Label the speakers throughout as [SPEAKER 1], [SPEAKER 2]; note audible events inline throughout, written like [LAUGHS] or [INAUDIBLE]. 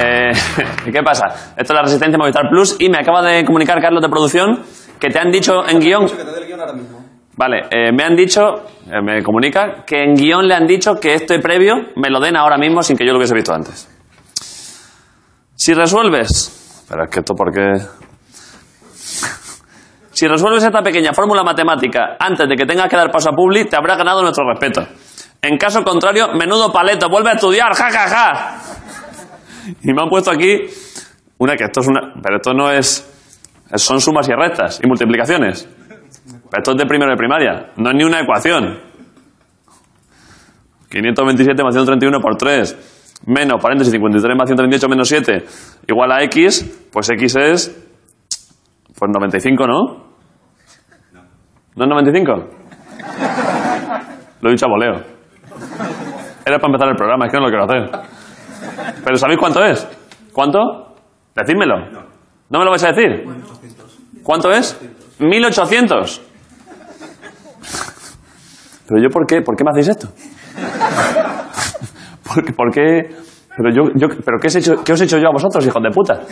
[SPEAKER 1] Eh, [LAUGHS] ¿Qué pasa? Esto es la Resistencia Movistar Plus y me acaba de comunicar, Carlos, de producción, que te han dicho en guión...
[SPEAKER 2] Que te dé el guión ahora mismo.
[SPEAKER 1] Vale, eh, me han dicho, eh, me comunica, que en guión le han dicho que este previo me lo den ahora mismo sin que yo lo hubiese visto antes. Si resuelves... Pero es que esto porque... [LAUGHS] Si resuelves esta pequeña fórmula matemática antes de que tengas que dar paso a Publi, te habrá ganado nuestro respeto. En caso contrario, menudo paleto, vuelve a estudiar, ja, ja, ja. Y me han puesto aquí una que esto es una... Pero esto no es... Son sumas y restas y multiplicaciones. Pero esto es de primero de primaria. No es ni una ecuación. 527 más 131 por 3. Menos, paréntesis, 53 más 138 menos 7. Igual a x, pues x es... Pues 95, ¿no? ¿No es 95? Lo he dicho a voleo. Era para empezar el programa, es que no lo quiero hacer. ¿Pero sabéis cuánto es? ¿Cuánto? Decídmelo. ¿No me lo vais a decir? ¿Cuánto es? 1800. ¿Pero yo por qué? ¿Por qué me hacéis esto? [LAUGHS] ¿Por, qué- por qué? ¿Pero, yo, yo- ¿pero qué, os he hecho, qué os he hecho yo a vosotros, hijos de puta? [LAUGHS]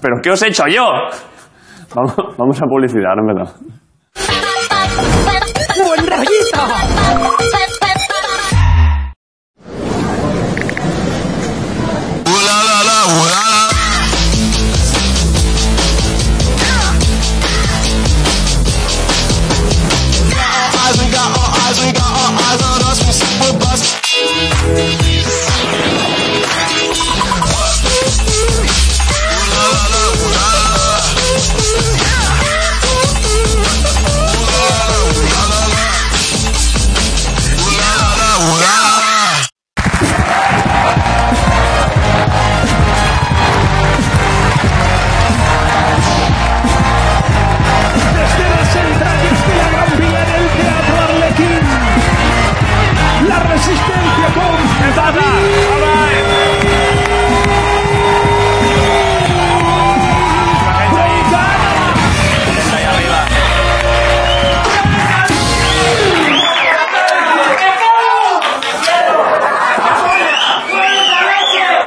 [SPEAKER 1] ¿Pero qué os he hecho yo? Vamos, vamos a publicidad, no es verdad.
[SPEAKER 3] ¡Buen rollito!
[SPEAKER 4] desde las entrañas de la Gran Vía del Teatro Arlequín. La resistencia con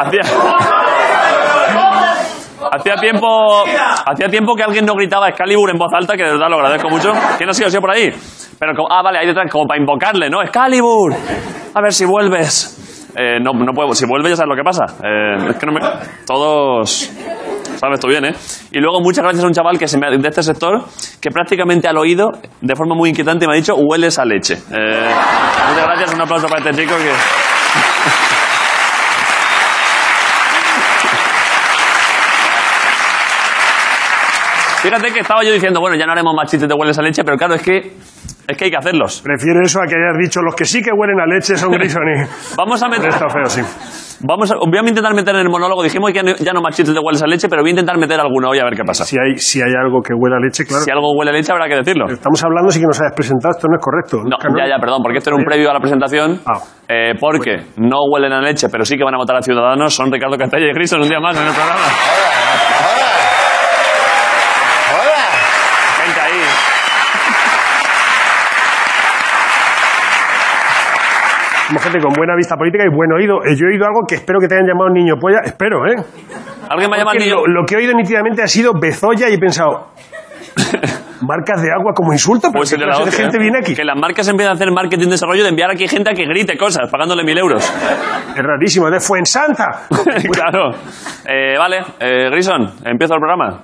[SPEAKER 1] Hacía, hacía tiempo hacía tiempo que alguien no gritaba Excalibur en voz alta, que de verdad lo agradezco mucho. ¿Quién ha sido ¿Ha sido por ahí? Pero como- ah, vale, ahí detrás, como para invocarle, ¿no? Excalibur, a ver si vuelves. Eh, no, no puedo, si vuelves ya sabes lo que pasa. Eh, es que no me... Todos... Sabes tú bien, ¿eh? Y luego muchas gracias a un chaval que se me ha- de este sector que prácticamente al oído, de forma muy inquietante, me ha dicho hueles a leche. Eh, muchas gracias, un aplauso para este chico que... Fíjate que estaba yo diciendo, bueno, ya no haremos más chistes de hueles a leche, pero claro, es que, es que hay que hacerlos.
[SPEAKER 5] Prefiero eso a que hayas dicho los que sí que huelen a leche son
[SPEAKER 1] [LAUGHS]
[SPEAKER 5] Grisoni.
[SPEAKER 1] Vamos a meter...
[SPEAKER 5] Está feo, sí.
[SPEAKER 1] Vamos a, voy a intentar meter en el monólogo, dijimos que ya no, ya no más chistes de hueles a leche, pero voy a intentar meter alguno hoy a ver qué pasa.
[SPEAKER 5] Si hay, si hay algo que huela a leche, claro.
[SPEAKER 1] Si algo huele a leche habrá que decirlo.
[SPEAKER 5] Estamos hablando sin que nos hayas presentado, esto no es correcto.
[SPEAKER 1] No,
[SPEAKER 5] Nunca, ¿no?
[SPEAKER 1] ya, ya, perdón, porque esto era un previo a la presentación.
[SPEAKER 5] Ah.
[SPEAKER 1] eh, porque no huelen a leche, pero sí que van a votar a Ciudadanos. Son Ricardo Castella y Grison un día más en el programa. Gente ahí.
[SPEAKER 5] Somos gente con buena vista política y buen oído. Eh, Yo he oído algo que espero que te hayan llamado niño polla. Espero, ¿eh?
[SPEAKER 1] Alguien me ha llamado
[SPEAKER 5] Porque
[SPEAKER 1] niño.
[SPEAKER 5] lo, lo que he oído nitidamente ha sido bezoya y he
[SPEAKER 1] [LAUGHS]
[SPEAKER 5] pensado... Marcas de agua como insulto, pero
[SPEAKER 1] Pues
[SPEAKER 5] ¿qué
[SPEAKER 1] el de la
[SPEAKER 5] clase de
[SPEAKER 1] hostia,
[SPEAKER 5] gente
[SPEAKER 1] ¿eh?
[SPEAKER 5] viene aquí?
[SPEAKER 1] Que las marcas empiezan a hacer marketing de desarrollo de enviar aquí gente a que grite cosas, pagándole mil euros.
[SPEAKER 5] Es rarísimo, es de
[SPEAKER 1] [LAUGHS]
[SPEAKER 5] Fuensanta. Pues
[SPEAKER 1] claro. Eh, vale, eh, Grison, empiezo el
[SPEAKER 6] [LAUGHS]
[SPEAKER 1] programa.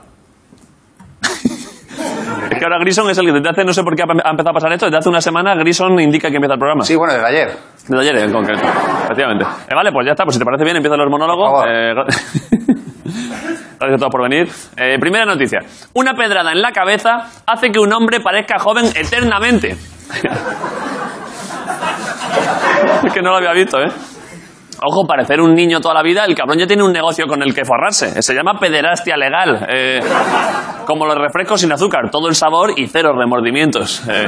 [SPEAKER 1] es que ahora Grison es el que desde hace, no sé por qué ha ha empezado a pasar esto, desde hace una semana Grison indica que empieza el programa.
[SPEAKER 6] Sí, bueno, desde ayer.
[SPEAKER 1] Desde ayer en concreto, efectivamente. Eh, vale, pues ya está, pues si te parece bien, empiezan los monólogos.
[SPEAKER 6] Por favor.
[SPEAKER 1] Eh, gra- [LAUGHS] Gracias a todos por venir. Eh, primera noticia. Una pedrada en la cabeza hace que un hombre parezca joven eternamente. [LAUGHS] es que no lo había visto, ¿eh? Ojo, parecer un niño toda la vida, el cabrón ya tiene un negocio con el que forrarse. Se llama pederastia legal. Eh, como los refrescos sin azúcar, todo el sabor y cero remordimientos. Eh,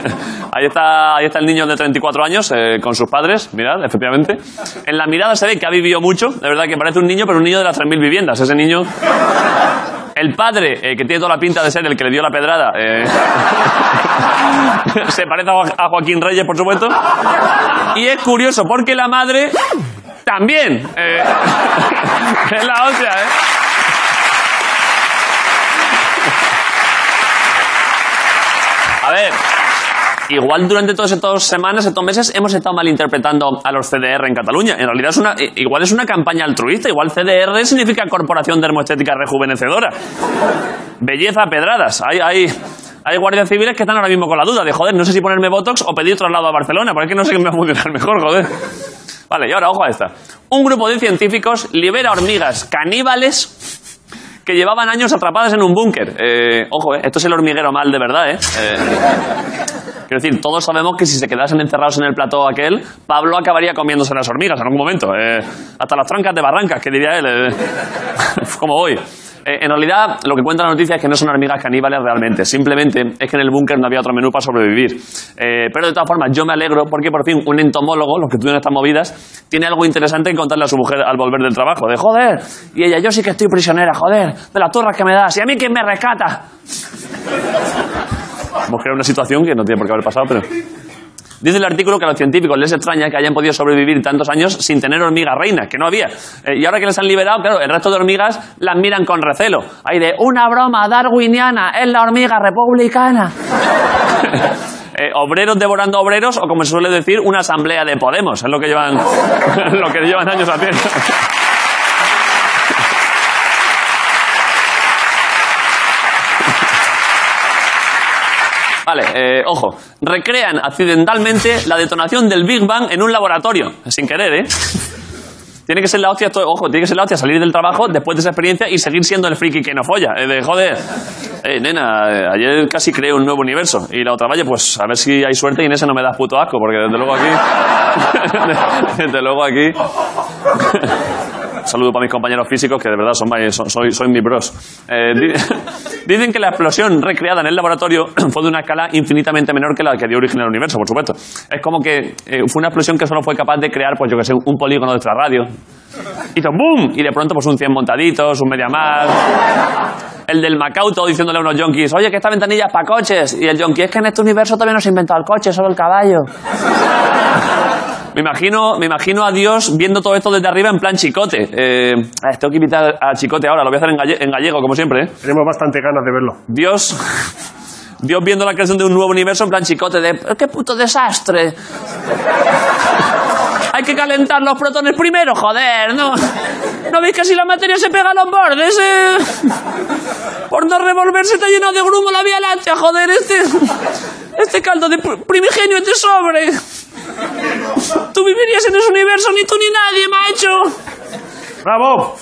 [SPEAKER 1] [LAUGHS] ahí, está, ahí está el niño de 34 años eh, con sus padres, mirad, efectivamente. En la mirada se ve que ha vivido mucho, de verdad que parece un niño, pero un niño de las 3.000 viviendas. Ese niño... El padre, eh, que tiene toda la pinta de ser el que le dio la pedrada, eh, [LAUGHS] se parece a Jo- a Joaquín Reyes, por supuesto. Y es curioso porque la madre también. Eh, [LAUGHS] es la hostia, ¿eh? A ver. Igual durante todas estas semanas, estos meses, hemos estado malinterpretando a los CDR en Cataluña. En realidad, es una, i- igual es una campaña altruista. Igual CDR significa Corporación Dermoestética Rejuvenecedora. Belleza a pedradas. Hay, hay, hay guardias civiles que están ahora mismo con la duda de, joder, no sé si ponerme Botox o pedir traslado a Barcelona, porque es que no sé qué me va a funcionar mejor, joder. Vale, y ahora, ojo a esta. Un grupo de científicos libera hormigas caníbales que llevaban años atrapadas en un búnker. Eh, ojo, eh, esto es el hormiguero mal de verdad, ¿eh? Eh, Quiero decir, todos sabemos que si se quedasen encerrados en el plató aquel, Pablo acabaría comiéndose las hormigas en algún momento. eh, hasta las trancas de barrancas, que diría él. eh, [LAUGHS] como hoy. Eh, en realidad, lo que cuenta la noticia es que no son hormigas caníbales realmente. Simplemente es que en el búnker no había otro menú para sobrevivir. Eh, pero de todas formas, yo me alegro porque por fin un entomólogo, los que estudian estas movidas, tiene algo interesante que contarle a su mujer al volver del trabajo. De joder. Y ella, yo sí que estoy prisionera, joder. De las turras que me das. ¿Y a mí quién me rescata? Hemos creado una situación que no tiene por qué haber pasado, pero. Dice el artículo que a los científicos les extraña que hayan podido sobrevivir tantos años sin tener hormigas reinas, que no había. Eh, y ahora que les han liberado, claro, el resto de hormigas las miran con recelo. Hay de una broma darwiniana, es la hormiga republicana. [LAUGHS] Eh, obreros devorando obreros, o como se suele decir, una asamblea de Podemos, es lo que llevan, [LAUGHS] lo que llevan años haciendo. Vale, eh, ojo. Recrean accidentalmente la detonación del Big Bang en un laboratorio. Sin querer, ¿eh? Tiene que ser la hostia, esto- ojo, tiene que ser la hostia salir del trabajo después de esa experiencia y seguir siendo el friki que no folla. Eh, de, joder, eh, nena, eh, ayer casi creé un nuevo universo. Y la otra, vaya, pues a ver si hay suerte y en ese no me das puto asco, porque desde luego aquí. [LAUGHS] desde luego aquí. Un Saludo para mis compañeros físicos, que de verdad son, my- son- soy, soy mi bros. Eh, di- [LAUGHS] dicen que la explosión recreada en el laboratorio [CLEARS THROAT] fue de una escala infinitamente menor que la que dio origen al universo, por supuesto. Es como que eh, fue una explosión que solo fue capaz de crear, pues yo que sé, un polígono de nuestra radio. Hizo boom y de pronto pues un 100 montaditos, un media más. El del Macauto diciéndole a unos yonkis, oye, que esta ventanilla es para coches. Y el yonki, es que en este universo todavía no se ha inventado el coche, solo el caballo. Me imagino, me imagino a Dios viendo todo esto desde arriba en plan chicote. Eh, ah, tengo que invitar a chicote ahora, lo voy a hacer en, galle- en gallego, como siempre. ¿eh?
[SPEAKER 5] Tenemos bastante ganas de verlo.
[SPEAKER 1] Dios. Dios viendo la creación de un nuevo universo en plan chicote de "Oh, ¡qué puto desastre! Hay que calentar los protones primero, joder, ¿no? ¿No veis que si la materia se pega a los bordes? eh? Por no revolverse está lleno de grumo la Vía Láctea, joder, este... Este caldo de pr- primigenio te sobre. Tú vivirías en ese universo ni tú ni nadie, macho.
[SPEAKER 5] ¡Bravo!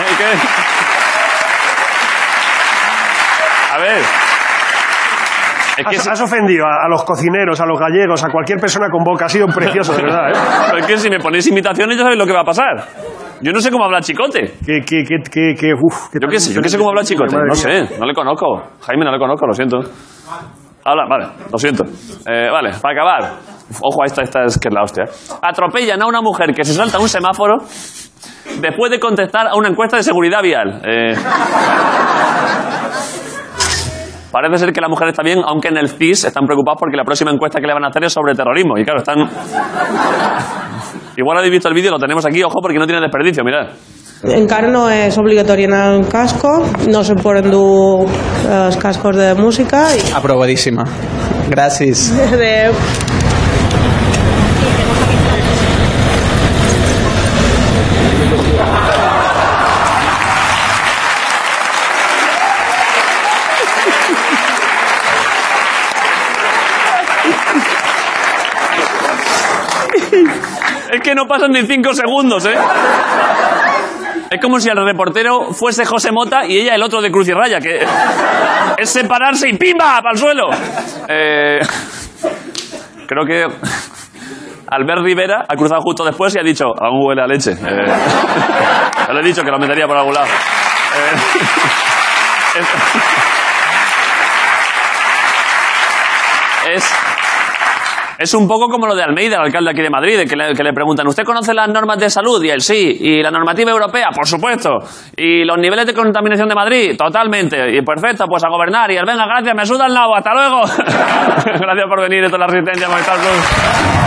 [SPEAKER 1] Eh, ¿qué? A ver. Es que
[SPEAKER 5] Has,
[SPEAKER 1] es,
[SPEAKER 5] has ofendido a, a los cocineros, a los gallegos, a cualquier persona con boca. Ha sido precioso, de verdad, ¿eh?
[SPEAKER 1] pero es que si me ponéis imitaciones ya sabéis lo que va a pasar. Yo no sé cómo habla Chicote.
[SPEAKER 5] Que, que, que, que, que- uf,
[SPEAKER 1] Yo qué sé, yo qué sé cómo habla Chicote.
[SPEAKER 5] Madre
[SPEAKER 1] No
[SPEAKER 5] mía.
[SPEAKER 1] sé, no le conozco. Jaime, no le conozco, lo siento. Habla, vale, lo siento. Eh, vale, para acabar. Uf, Ojo a esta, esta es que es la hostia. Atropellan a una mujer que se salta un semáforo después de contestar a una encuesta de seguridad vial. Eh, Parece ser que la mujer está bien, aunque en el CIS están preocupados porque la próxima encuesta que le van a hacer es sobre terrorismo. Y claro, están... Igual habéis visto el vídeo, lo tenemos aquí, ojo, porque no tiene desperdicio, mirad.
[SPEAKER 2] Encara no és obligatori anar amb casco, no se poden dur els cascos de música [LAUGHS] i
[SPEAKER 3] Aprobadíssima. Gràcies.
[SPEAKER 2] Adéu.
[SPEAKER 1] Es que no pasan ni cinco segundos, ¿eh? Es como si el reportero fuese José Mota y ella el otro de Cruz y Raya, que es separarse y ¡pimba! ¡Para el suelo! Eh, creo que Albert Rivera ha cruzado justo después y ha dicho, aún huele a leche. Eh, ya le he dicho que lo metería por algún lado. Eh, es- es, es un poco como lo de Almeida, el alcalde aquí de Madrid, de que le, que le preguntan, ¿usted conoce las normas de salud? Y él sí. ¿Y la normativa europea? Por supuesto. ¿Y los niveles de contaminación de Madrid? Totalmente. Y perfecto, pues a gobernar. Y él, [LAUGHS] venga, gracias, me suda el nabo, hasta luego. gracias por venir y toda la resistencia, por estar con-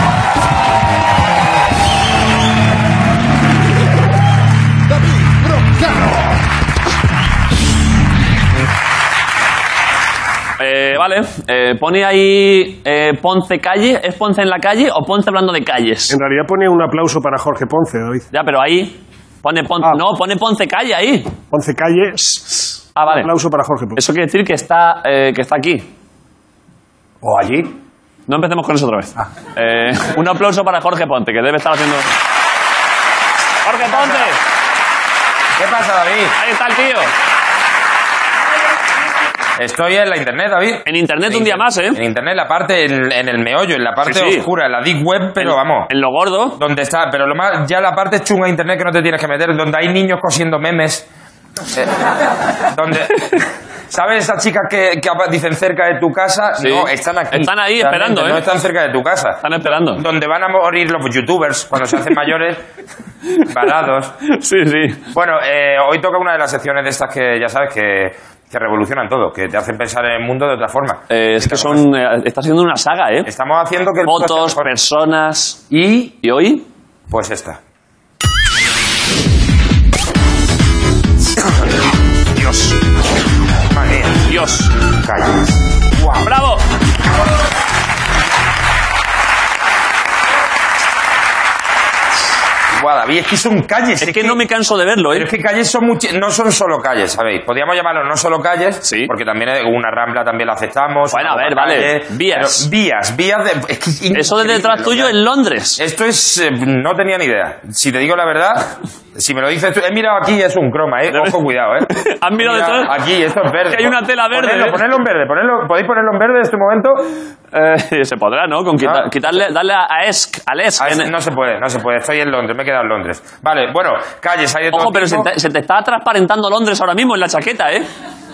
[SPEAKER 1] Eh, vale, eh, pone ahí eh, Ponce calle. ¿Es Ponce en la calle o Ponce hablando de calles?
[SPEAKER 5] En realidad pone un aplauso para Jorge Ponce, David.
[SPEAKER 1] Ya, pero ahí pone Ponce.
[SPEAKER 5] Ah.
[SPEAKER 1] No, pone Ponce calle ahí.
[SPEAKER 5] Ponce Calle. s- s-
[SPEAKER 1] Ah, vale.
[SPEAKER 5] Un aplauso para Jorge Ponce.
[SPEAKER 1] Eso quiere decir que está, eh, que está aquí.
[SPEAKER 5] O allí.
[SPEAKER 1] No empecemos con eso otra vez.
[SPEAKER 6] Ah.
[SPEAKER 1] Eh, un aplauso para Jorge Ponte, que debe estar haciendo. ¡Jorge Ponte!
[SPEAKER 6] ¿Qué pasa, David?
[SPEAKER 1] Ahí está el tío.
[SPEAKER 6] Estoy en la internet, David.
[SPEAKER 1] En internet un
[SPEAKER 6] En
[SPEAKER 1] día
[SPEAKER 6] inter-
[SPEAKER 1] más, ¿eh?
[SPEAKER 6] En internet, la parte, en, en el meollo, en la parte
[SPEAKER 1] Sí, sí.
[SPEAKER 6] oscura, en la deep web, pero
[SPEAKER 1] En-
[SPEAKER 6] vamos.
[SPEAKER 1] En lo gordo.
[SPEAKER 6] Donde está, pero lo más, ya la parte chunga de internet que no te tienes que meter, donde hay niños cosiendo memes. eh, donde. ¿Sabes esas chicas que, que apa- dicen cerca de tu casa?
[SPEAKER 1] Sí.
[SPEAKER 6] No, están aquí.
[SPEAKER 1] Están ahí
[SPEAKER 6] Realmente,
[SPEAKER 1] esperando, ¿eh?
[SPEAKER 6] No están cerca de tu casa.
[SPEAKER 1] Están esperando.
[SPEAKER 6] Donde van a morir los youtubers cuando se hacen mayores, varados.
[SPEAKER 1] Sí, sí.
[SPEAKER 6] Bueno, eh, hoy toca una de las secciones de estas que ya sabes que, que revolucionan todo, que te hacen pensar en el mundo de otra forma.
[SPEAKER 1] Eh, es que son. eh, está haciendo una saga, ¿eh?
[SPEAKER 6] Estamos haciendo que el mundo
[SPEAKER 1] Fotos,
[SPEAKER 6] sea mejor.
[SPEAKER 1] personas.
[SPEAKER 6] y
[SPEAKER 1] ¿Y hoy?
[SPEAKER 6] pues esta. Dios. Madre mía.
[SPEAKER 1] Dios.
[SPEAKER 6] Calles.
[SPEAKER 1] ¡Bravo!
[SPEAKER 6] Guau, David, es que son calles.
[SPEAKER 1] Es que no me canso de verlo,
[SPEAKER 6] Pero
[SPEAKER 1] ¿eh?
[SPEAKER 6] es que calles son muchi- no son solo calles, ¿sabéis? Podríamos llamarlo no solo calles,
[SPEAKER 1] Sí.
[SPEAKER 6] porque también hay- una rambla también la aceptamos.
[SPEAKER 1] Bueno,
[SPEAKER 6] una
[SPEAKER 1] a ver,
[SPEAKER 6] calle,
[SPEAKER 1] vale.
[SPEAKER 6] pero
[SPEAKER 1] Vías.
[SPEAKER 6] vías, vías de... es que es
[SPEAKER 1] Eso de
[SPEAKER 6] increíble
[SPEAKER 1] detrás
[SPEAKER 6] lo
[SPEAKER 1] tuyo
[SPEAKER 6] que hay.
[SPEAKER 1] en Londres.
[SPEAKER 6] Esto es... eh, no tenía ni idea. Si te digo
[SPEAKER 1] [LAUGHS]
[SPEAKER 6] la verdad, si me lo dices tú... He mirado aquí y es un croma, ¿eh? Ojo, cuidado, ¿eh?
[SPEAKER 1] [LAUGHS] ¿Has mirado
[SPEAKER 6] He
[SPEAKER 1] detrás?
[SPEAKER 6] Aquí, esto es verde.
[SPEAKER 1] Que hay una tela verde,
[SPEAKER 6] Ponedlo,
[SPEAKER 1] ¿eh?
[SPEAKER 6] ponedlo en verde. ponedlo- ¿Podéis ponerlo en verde en este momento?
[SPEAKER 1] Eh, [LAUGHS] se podrá, ¿no? Con quita-
[SPEAKER 6] Ah.
[SPEAKER 1] quitarle, darle a, a ESC, al ESC.
[SPEAKER 6] Ah, es-
[SPEAKER 1] en-
[SPEAKER 6] no se puede, no se puede. Estoy en Londres, me he quedado en Londres. Vale, bueno, calles, hay de todo
[SPEAKER 1] Ojo, pero se
[SPEAKER 6] tipo.
[SPEAKER 1] te, se te está transparentando Londres ahora mismo en la chaqueta, ¿eh?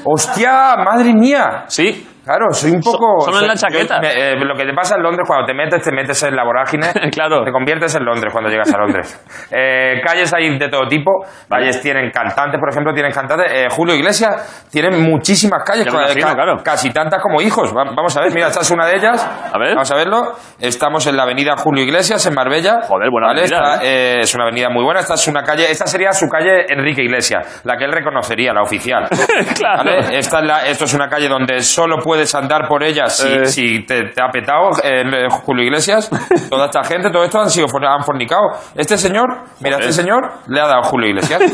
[SPEAKER 6] ¡Hostia, madre mía!
[SPEAKER 1] Sí.
[SPEAKER 6] Claro, soy un poco.
[SPEAKER 1] solo en la
[SPEAKER 6] soy-
[SPEAKER 1] chaqueta.
[SPEAKER 6] me- eh, lo que te pasa en Londres, cuando te metes, te metes en la vorágine.
[SPEAKER 1] [LAUGHS] Claro.
[SPEAKER 6] Te conviertes en Londres cuando llegas
[SPEAKER 1] [LAUGHS]
[SPEAKER 6] a Londres. Eh, calles hay de todo tipo. Calles tienen cantantes, por ejemplo, tienen cantantes. Eh, Julio Iglesias tiene muchísimas calles.
[SPEAKER 1] Ya me imagino, claro.
[SPEAKER 6] Casi tantas como hijos. Va- Vamos a ver, mira, esta es una de ellas. A
[SPEAKER 1] ver.
[SPEAKER 6] Vamos a verlo. Estamos en la avenida Julio Iglesias, en Marbella.
[SPEAKER 1] Joder, buena
[SPEAKER 6] ¿Vale?
[SPEAKER 1] avenida,
[SPEAKER 6] Esta, eh, es una avenida muy buena. Esta es una calle. Esta sería su calle Enrique Iglesias, la que él reconocería, la oficial.
[SPEAKER 1] [LAUGHS] Claro.
[SPEAKER 6] ¿Vale? Esta es la- esto es una calle donde solo puedes andar por ella si,
[SPEAKER 1] Eh.
[SPEAKER 6] si te, te ha petado eh, Julio Iglesias. Toda esta gente, todo esto han sido for- han fornicado. Este señor, mira,
[SPEAKER 1] Joder.
[SPEAKER 6] este señor le ha dado Julio Iglesias.
[SPEAKER 1] [LAUGHS]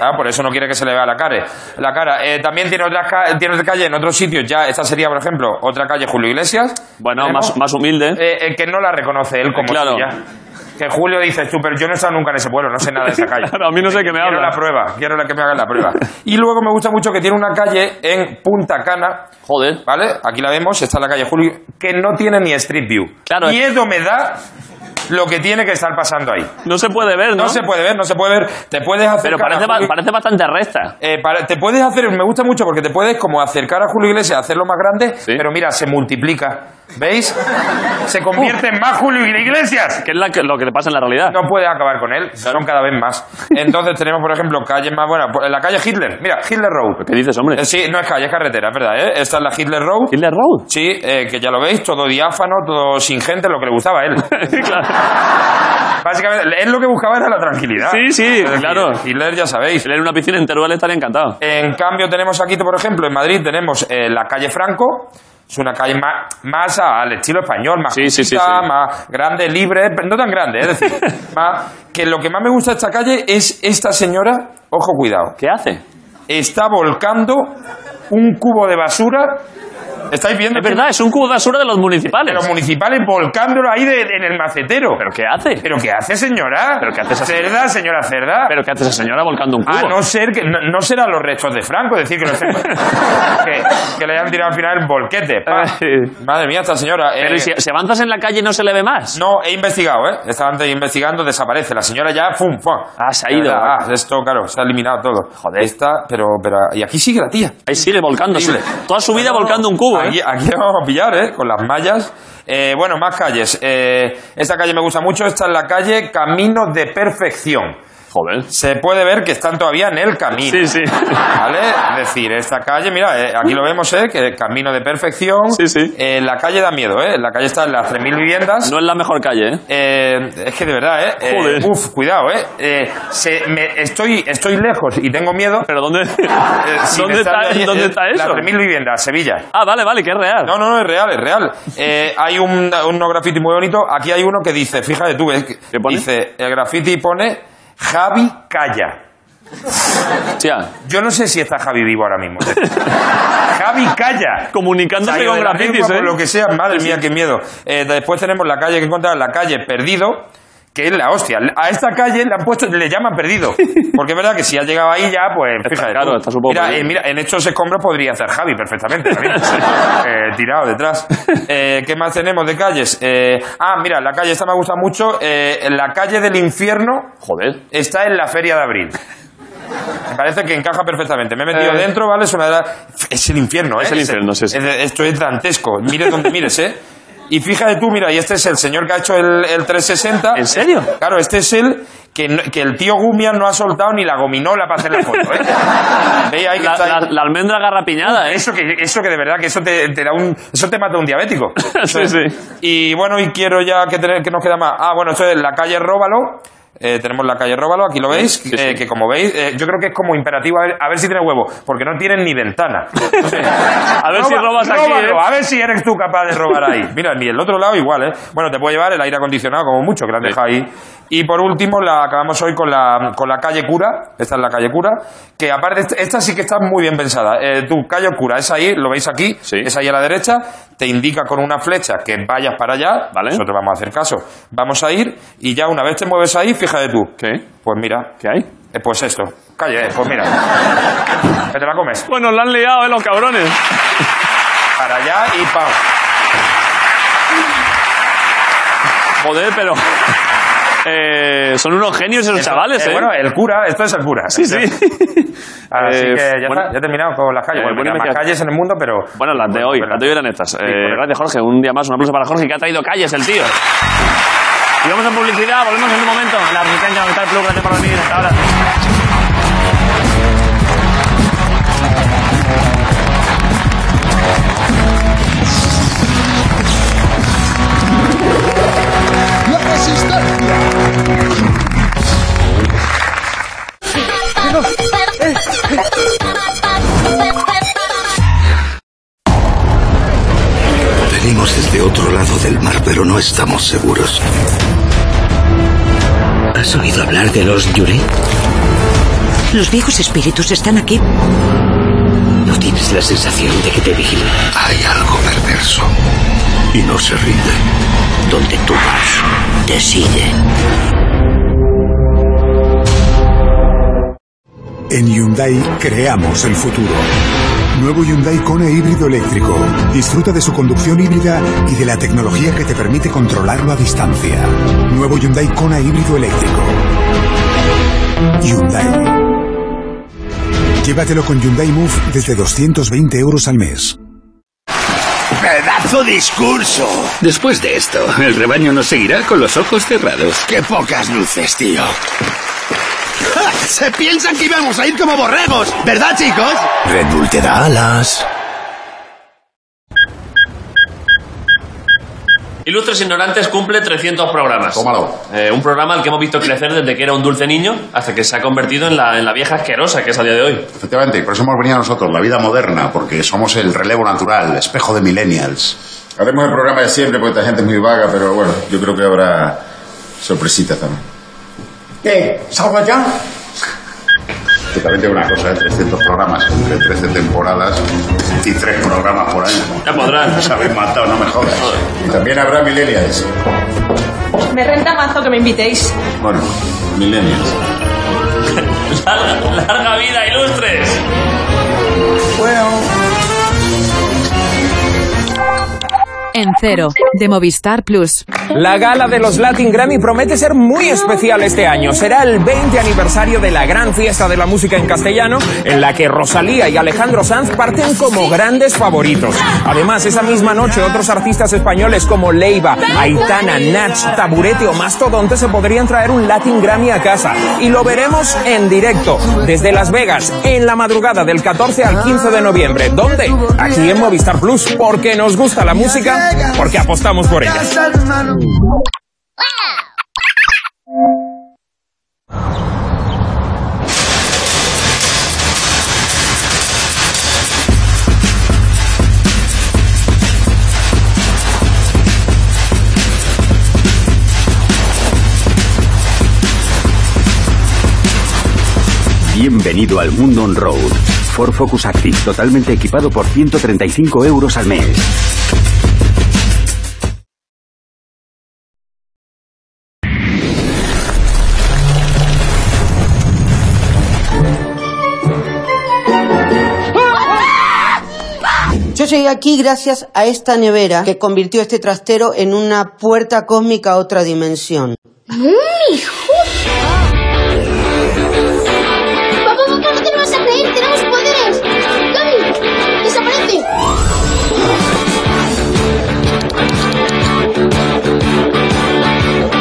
[SPEAKER 6] Ah, por eso no quiere que se le vea la cara. La cara. Eh, también tiene otras ca- tiene otra calle en otros sitios. Ya esta sería, por ejemplo, otra calle Julio Iglesias.
[SPEAKER 1] Bueno,
[SPEAKER 6] Tenemos-
[SPEAKER 1] más, más [LAUGHS] humilde.
[SPEAKER 6] eh, eh, que no la reconoce él como
[SPEAKER 1] Claro.
[SPEAKER 6] suya. Que Julio dice, tú, pero yo no he estado nunca en ese pueblo, no sé nada de
[SPEAKER 1] [LAUGHS]
[SPEAKER 6] esa calle.
[SPEAKER 1] Claro, a mí no sé qué me
[SPEAKER 6] eh, Quiero
[SPEAKER 1] habla.
[SPEAKER 6] la prueba, quiero la que me hagan la prueba. [LAUGHS] Y luego me gusta mucho que tiene una calle en Punta Cana,
[SPEAKER 1] Joder.
[SPEAKER 6] ¿vale? Aquí la vemos, está la calle Julio, que no tiene ni Street View.
[SPEAKER 1] Claro, es-
[SPEAKER 6] Miedo me da lo que tiene que estar pasando ahí.
[SPEAKER 1] No se puede ver, ¿no?
[SPEAKER 6] No se puede ver, no se puede ver. Te puedes hacer
[SPEAKER 1] Pero parece, ba- parece bastante recta.
[SPEAKER 6] eh, para- te puedes hacer, me gusta mucho porque te puedes como acercar a Julio Iglesias, hacerlo más grande,
[SPEAKER 1] Sí.
[SPEAKER 6] pero mira, se multiplica. ¿Veis? Se convierte en más Julio Iglesias.
[SPEAKER 1] Que es la que- lo que te pasa en la realidad.
[SPEAKER 6] No puedes acabar con él, son cada vez más. Entonces tenemos, por ejemplo, calles más buenas. Por- La calle Hitler, mira, Hitler Road.
[SPEAKER 1] ¿Qué dices, hombre?
[SPEAKER 6] Eh, Sí, no es calle, es carretera, es verdad, ¿eh? Esta es la Hitler Road.
[SPEAKER 1] Hitler Road.
[SPEAKER 6] Sí, eh, que ya lo veis, todo diáfano, todo sin gente, lo que le
[SPEAKER 1] [LAUGHS]
[SPEAKER 6] gustaba a él.
[SPEAKER 1] claro.
[SPEAKER 6] Básicamente, él lo que buscaba era la tranquilidad.
[SPEAKER 1] Sí, sí,
[SPEAKER 6] Es decir,
[SPEAKER 1] claro.
[SPEAKER 6] Hitler, ya sabéis.
[SPEAKER 1] Él en una piscina en Teruel estaría encantado.
[SPEAKER 6] En cambio, tenemos aquí, por ejemplo, en Madrid tenemos eh, la calle Franco. Es una calle ma- más, a- al estilo español, más,
[SPEAKER 1] Sí, sí, sí,
[SPEAKER 6] justita,
[SPEAKER 1] sí.
[SPEAKER 6] más grande, libre, pero no tan grande.
[SPEAKER 1] [LAUGHS]
[SPEAKER 6] Es decir, más- que lo que más me gusta de esta calle es esta señora, ojo cuidado,
[SPEAKER 1] ¿Qué hace?
[SPEAKER 6] está volcando un cubo de basura. ¿Estáis viendo?
[SPEAKER 1] Es verdad, es un cubo de basura de los
[SPEAKER 6] De
[SPEAKER 1] municipales.
[SPEAKER 6] los municipales volcándolo ahí de- en el macetero.
[SPEAKER 1] ¿Pero qué hace?
[SPEAKER 6] ¿Pero qué hace, señora?
[SPEAKER 1] ¿Pero qué hace esa señora?
[SPEAKER 6] Cerda, señora Cerda.
[SPEAKER 1] ¿Pero qué hace esa señora volcando un cubo?
[SPEAKER 6] A Ah, no ser que no, no serán los restos de Franco, es decir, que,
[SPEAKER 1] [LAUGHS]
[SPEAKER 6] no estén- que, que le hayan tirado al final el volquete. pa.
[SPEAKER 1] Eh.
[SPEAKER 6] Madre mía, esta señora.
[SPEAKER 1] [LAUGHS]
[SPEAKER 6] eh,
[SPEAKER 1] Pero ¿y si, si avanzas en la calle no se le ve más?
[SPEAKER 6] No, he investigado, ¿eh? Estaba antes investigando, desaparece. La señora ya, ¡fum! ¡fum!
[SPEAKER 1] Ah, se ha ido.
[SPEAKER 6] Ah, esto, claro, se ha eliminado todo. Joder. Esta, pero, pero. Y aquí sigue la tía.
[SPEAKER 1] Ahí sigue volcando.
[SPEAKER 6] Increíble.
[SPEAKER 1] Toda su vida
[SPEAKER 6] No,
[SPEAKER 1] volcando un cubo, ¿eh?
[SPEAKER 6] Aquí, aquí vamos a pillar, ¿eh? Con las mallas. Eh, bueno, más calles. Eh, esta calle me gusta mucho. Esta es la calle Camino de Perfección.
[SPEAKER 1] Joder.
[SPEAKER 6] se puede ver que están todavía en el camino.
[SPEAKER 1] Sí, sí.
[SPEAKER 6] ¿Vale? Es decir, esta calle, mira, eh, aquí lo vemos, ¿eh? Que el camino de perfección.
[SPEAKER 1] Sí, sí.
[SPEAKER 6] Eh, la calle da miedo, ¿eh? La calle está en las 3.000 viviendas.
[SPEAKER 1] No es la mejor calle, ¿eh?
[SPEAKER 6] Eh, es que de verdad, ¿eh? Eh,
[SPEAKER 1] Joder.
[SPEAKER 6] uf, cuidado, ¿eh? Eh, se- me- estoy, estoy lejos y tengo miedo.
[SPEAKER 1] Pero ¿dónde,
[SPEAKER 6] [LAUGHS] Eh, sin
[SPEAKER 1] ¿dónde,
[SPEAKER 6] estar
[SPEAKER 1] está,
[SPEAKER 6] allí-
[SPEAKER 1] ¿dónde
[SPEAKER 6] eh,
[SPEAKER 1] está
[SPEAKER 6] Las
[SPEAKER 1] eso?
[SPEAKER 6] 3.000 viviendas, Sevilla.
[SPEAKER 1] Ah, vale, vale, que es real.
[SPEAKER 6] No, no, no, es real, es real. Eh, hay un, un graffiti muy bonito. Aquí hay uno que dice, fíjate tú, es que-
[SPEAKER 1] ¿Qué pone?
[SPEAKER 6] dice, el graffiti pone Javi Calla.
[SPEAKER 1] Hostia.
[SPEAKER 6] Yo no sé si está Javi vivo
[SPEAKER 1] [LAUGHS]
[SPEAKER 6] ahora mismo. Javi Calla.
[SPEAKER 1] Comunicándose
[SPEAKER 6] Salió
[SPEAKER 1] con
[SPEAKER 6] de la
[SPEAKER 1] grafitis,
[SPEAKER 6] lengua,
[SPEAKER 1] ¿eh?
[SPEAKER 6] por lo que sea, madre mía, qué miedo. Eh, después tenemos la calle que encontrar, la calle Perdido, que es la hostia. A esta calle le han puesto, le llaman
[SPEAKER 1] [LAUGHS]
[SPEAKER 6] Perdido. Porque es verdad que si ha llegado ahí ya, pues
[SPEAKER 1] Está
[SPEAKER 6] fíjate.
[SPEAKER 1] claro,
[SPEAKER 6] tú.
[SPEAKER 1] está supongo
[SPEAKER 6] mira,
[SPEAKER 1] perdido.
[SPEAKER 6] eh, mira, en estos escombros podría hacer Javi perfectamente. también.
[SPEAKER 1] [LAUGHS]
[SPEAKER 6] Eh, tirado detrás. Eh, ¿Qué más tenemos de calles? Eh, ah, mira, la calle esta me gusta mucho. eh, la calle del infierno
[SPEAKER 1] Joder.
[SPEAKER 6] está en la feria de abril. Me parece que encaja perfectamente. Me he metido
[SPEAKER 1] Eh.
[SPEAKER 6] dentro, ¿vale? Es una de las- Es el infierno, ¿eh?
[SPEAKER 1] Es el infierno, sí, sí.
[SPEAKER 6] es- Esto es dantesco. Mires donde mires, ¿eh? Y fíjate tú, mira, y este es el señor que ha hecho el, el 360.
[SPEAKER 1] ¿En serio?
[SPEAKER 6] Es- claro, este es el que, no- que el tío Gumia no ha soltado ni la gominola para hacer la
[SPEAKER 1] [LAUGHS]
[SPEAKER 6] foto, ¿eh? Veis ahí que
[SPEAKER 1] La,
[SPEAKER 6] está ahí.
[SPEAKER 1] la- la almendra garrapiñada, ¿eh?
[SPEAKER 6] Eso que, eso que de verdad que eso te, te da un eso te mata un diabético.
[SPEAKER 1] [LAUGHS] Sí, sí.
[SPEAKER 6] Y bueno, y quiero ya que, tener, que nos queda más. Ah, bueno, esto es la calle Róbalo. Eh, tenemos la calle Róbalo, aquí lo veis,
[SPEAKER 1] sí,
[SPEAKER 6] eh,
[SPEAKER 1] sí.
[SPEAKER 6] que como veis, eh, yo creo que es como imperativo a ver, a ver si tiene huevo, porque no tienen
[SPEAKER 1] [LAUGHS]
[SPEAKER 6] ni ventana.
[SPEAKER 1] A ver si robas aquí,
[SPEAKER 6] róbalo,
[SPEAKER 1] ¿eh?
[SPEAKER 6] A ver si eres tú capaz de robar
[SPEAKER 1] [LAUGHS]
[SPEAKER 6] ahí. Mira, ni el otro lado igual, ¿eh? Bueno, te puede llevar el aire acondicionado como mucho, que lo han
[SPEAKER 1] Sí.
[SPEAKER 6] dejado ahí. Y por último, la acabamos hoy con la, con la calle Cura. Esta es la calle Cura. Que aparte, esta- esta sí que está muy bien pensada. Eh, tu calle Cura es ahí, lo veis aquí,
[SPEAKER 1] Sí.
[SPEAKER 6] es ahí a la derecha. Te indica con una flecha que vayas para allá.
[SPEAKER 1] Vale.
[SPEAKER 6] Nosotros vamos a hacer caso. Vamos a ir y ya una vez te mueves ahí, fíjate tú.
[SPEAKER 1] ¿Qué?
[SPEAKER 6] Pues mira,
[SPEAKER 1] ¿Qué hay?
[SPEAKER 6] eh, pues esto. Calle, eh,
[SPEAKER 1] [LAUGHS]
[SPEAKER 6] pues mira. que te la comes.
[SPEAKER 1] Bueno, la han liado, ¿eh? Los cabrones.
[SPEAKER 6] Para allá y pa.
[SPEAKER 1] Joder, pero. Eh, son unos genios esos
[SPEAKER 6] Eso,
[SPEAKER 1] chavales,
[SPEAKER 6] eh,
[SPEAKER 1] ¿eh?
[SPEAKER 6] Bueno, el cura, esto es el cura.
[SPEAKER 1] sí, sí.
[SPEAKER 6] Así
[SPEAKER 1] Eh,
[SPEAKER 6] que ya,
[SPEAKER 1] bueno,
[SPEAKER 6] está, ya he terminado con las calles.
[SPEAKER 1] Eh,
[SPEAKER 6] Bueno,
[SPEAKER 1] bueno,
[SPEAKER 6] me quedan
[SPEAKER 1] me
[SPEAKER 6] más
[SPEAKER 1] queda-
[SPEAKER 6] calles en el mundo, pero.
[SPEAKER 1] Bueno, las de hoy,
[SPEAKER 6] pero-
[SPEAKER 1] las de hoy eran estas. Eh,
[SPEAKER 6] correcto.
[SPEAKER 1] gracias, Jorge. Un día más, un aplauso para Jorge, que ha traído calles el tío. Y vamos a publicidad, volvemos en un momento. En la resistencia Movistar Plus, gracias por venir. Hasta ahora.
[SPEAKER 7] Venimos desde otro lado del mar, pero no estamos seguros. ¿Has oído hablar de los Yuri?
[SPEAKER 8] Los viejos espíritus están aquí.
[SPEAKER 7] ¿No tienes la sensación de que te vigilan? Hay algo perverso. Y no se rinde. Donde tú vas, te sigue.
[SPEAKER 9] En Hyundai creamos el futuro. Nuevo Hyundai Kona híbrido eléctrico. Disfruta de su conducción híbrida y de la tecnología que te permite controlarlo a distancia. Nuevo Hyundai Kona híbrido eléctrico. Hyundai. Llévatelo con Hyundai Move desde 220 euros al mes.
[SPEAKER 7] ¡Pedazo discurso! Después de esto, el rebaño nos seguirá con los ojos cerrados. ¡Qué pocas luces, tío! Se piensan que íbamos a ir como borregos, ¿verdad, chicos? Red Bull te da alas.
[SPEAKER 1] Ilustres Ignorantes cumple 300 programas. Eh, un programa al que hemos visto crecer desde que era un dulce niño hasta que se ha convertido en la, en la vieja asquerosa que es a día de hoy. [LAUGHS]
[SPEAKER 10] Efectivamente, y por eso hemos venido nosotros, la vida moderna, porque somos el relevo natural, el espejo de millennials. Haremos el programa de siempre porque esta gente es muy vaga, pero bueno, yo creo que habrá sorpresitas también. ¿Qué? ¿Salgo ya? Que también tengo una cosa, ¿eh? 300 programas entre 13 temporadas y 3 programas por año.
[SPEAKER 1] Ya podrán.
[SPEAKER 10] Nos habéis matado, no me jodas. Y también habrá millennials.
[SPEAKER 11] Me renta mazo que me invitéis.
[SPEAKER 10] Bueno, millennials.
[SPEAKER 1] ¡Larga, larga vida, Ilustres!
[SPEAKER 12] En cero, de Movistar Plus.
[SPEAKER 4] La gala de los Latin Grammy promete ser muy especial este año. Será el 20 aniversario de la gran fiesta de la música en castellano, en la que Rosalía y Alejandro Sanz parten como grandes favoritos. Además, esa misma noche otros artistas españoles como Leiva, Aitana, Nach, Taburete o Mastodonte se podrían traer un Latin Grammy a casa. Y lo veremos en directo, desde Las Vegas, en la madrugada del 14 al 15 de noviembre. ¿Dónde? Aquí en Movistar Plus, porque nos gusta la música, porque apostamos por ella.
[SPEAKER 13] Bienvenido al mundo on road. Ford Focus Active, totalmente equipado por 135 euros al mes.
[SPEAKER 14] Yo llegué aquí gracias a esta nevera que convirtió este trastero en una puerta cósmica a otra dimensión.
[SPEAKER 15] Papá, papá, no te vas a creer, tenemos poderes. Gaby, desaparece.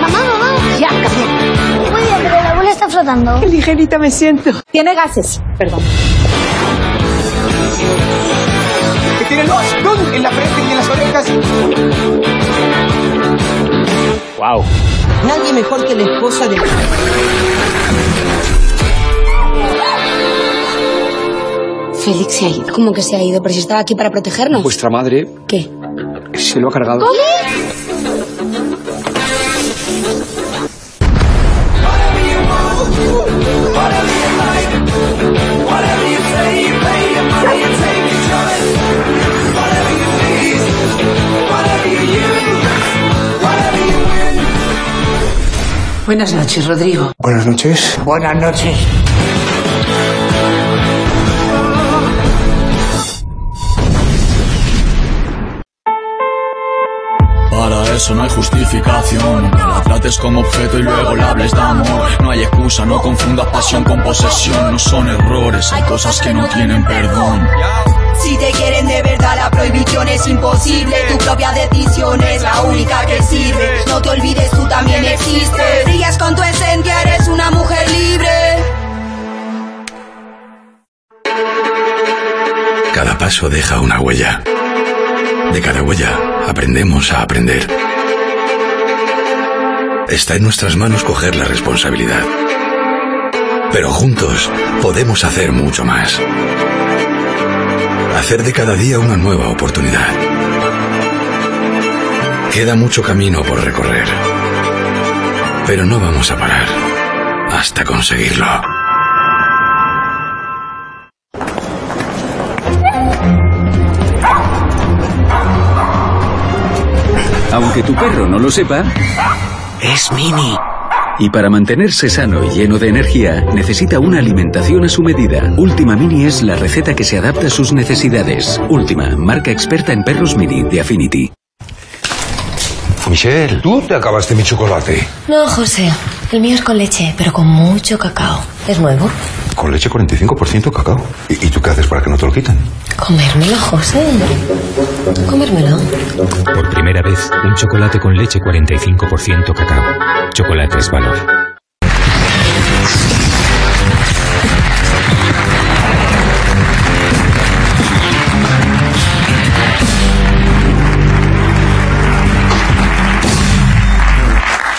[SPEAKER 15] Mamá, mamá. Ya, café. Muy bien, pero la bola está flotando.
[SPEAKER 16] Qué ligerita me siento. Tiene gases. Perdón.
[SPEAKER 17] que tiene los ¡pum! en la frente y en las orejas.
[SPEAKER 14] Wow. Nadie mejor que la esposa de...
[SPEAKER 18] Félix se ha ido. Pues, ¿Cómo que se ha ido? Pero si estaba aquí para protegernos.
[SPEAKER 19] Vuestra madre
[SPEAKER 18] ¿Qué?
[SPEAKER 19] se lo ha cargado.
[SPEAKER 8] Oh.
[SPEAKER 20] Buenas noches, Rodrigo.
[SPEAKER 19] Buenas noches.
[SPEAKER 20] Buenas noches.
[SPEAKER 21] Para eso no hay justificación. Que la trates como objeto y luego la hables de amor. No hay excusa, no confundas pasión con posesión. No son errores, hay cosas que no tienen perdón.
[SPEAKER 22] Si te quieren de verdad, la prohibición es imposible. Tu propia decisión es la única que sirve. No te olvides, tú también existes. Brillas con tu esencia, eres una mujer libre.
[SPEAKER 10] Cada paso deja una huella. De cada huella aprendemos a aprender. Está en nuestras manos coger la responsabilidad. Pero juntos podemos hacer mucho más. Hacer de cada día una nueva oportunidad. Queda mucho camino por recorrer. Pero no vamos a parar hasta conseguirlo.
[SPEAKER 13] Aunque tu perro no lo sepa, es mini. Y para mantenerse sano y lleno de energía, necesita una alimentación a su medida. Última Mini es la receta que se adapta a sus necesidades. Última, marca experta en perros mini de Affinity.
[SPEAKER 23] Michelle, tú te acabaste mi chocolate.
[SPEAKER 24] No, José. El mío es con leche, pero con mucho cacao. ¿Es nuevo?
[SPEAKER 23] Con leche 45% cacao. ¿Y, y tú qué haces para que no te lo quiten?
[SPEAKER 24] Comérmelo, José. Comérmelo.
[SPEAKER 25] Por primera vez, un chocolate con leche 45% cacao. Chocolate es valor.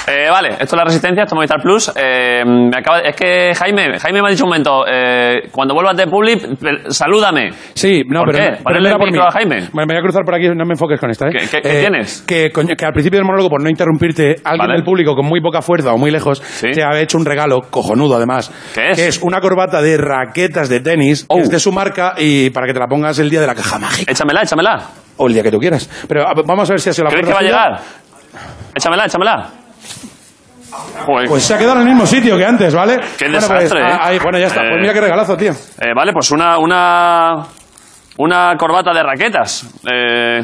[SPEAKER 1] Eh, vale, esto es la resistencia, esto es Movistar Plus. Eh, me acaba, es que Jaime, Jaime me ha dicho un momento, eh, cuando vuelvas de Publi, pe- salúdame.
[SPEAKER 26] Sí, no,
[SPEAKER 1] ¿Por
[SPEAKER 26] pero,
[SPEAKER 1] qué?
[SPEAKER 26] no- pero
[SPEAKER 1] Ponle
[SPEAKER 26] no era
[SPEAKER 1] el
[SPEAKER 26] por mí.
[SPEAKER 1] micro a Jaime.
[SPEAKER 26] Bueno, me voy a cruzar por aquí, no me enfoques con esta, ¿eh?
[SPEAKER 1] ¿Qué- qué- qué
[SPEAKER 26] Eh,
[SPEAKER 1] tienes?
[SPEAKER 26] Que, coño, que al principio del monólogo, por no interrumpirte, alguien
[SPEAKER 1] Vale.
[SPEAKER 26] del público con muy poca fuerza o muy lejos te ha hecho un regalo cojonudo, además.
[SPEAKER 1] ¿Qué es? Oh.
[SPEAKER 26] Que es una corbata de raquetas de tenis, que es de su marca, y para que te la pongas el día de la caja mágica.
[SPEAKER 1] Échamela, échamela.
[SPEAKER 26] O el día que tú quieras. Pero a ver, vamos a ver si ha sido la
[SPEAKER 1] ¿Crees que va a
[SPEAKER 26] fuerza
[SPEAKER 1] llegar? Échamela, échamela. Joder.
[SPEAKER 26] Pues se ha quedado en el mismo sitio que antes, ¿vale?
[SPEAKER 1] Qué
[SPEAKER 26] Bueno, pues,
[SPEAKER 1] desastre, ¿eh?
[SPEAKER 26] ah, ahí, bueno, ya está.
[SPEAKER 1] Eh.
[SPEAKER 26] Pues mira qué regalazo, tío.
[SPEAKER 1] Eh, vale, pues una, una, una corbata de raquetas. Eh,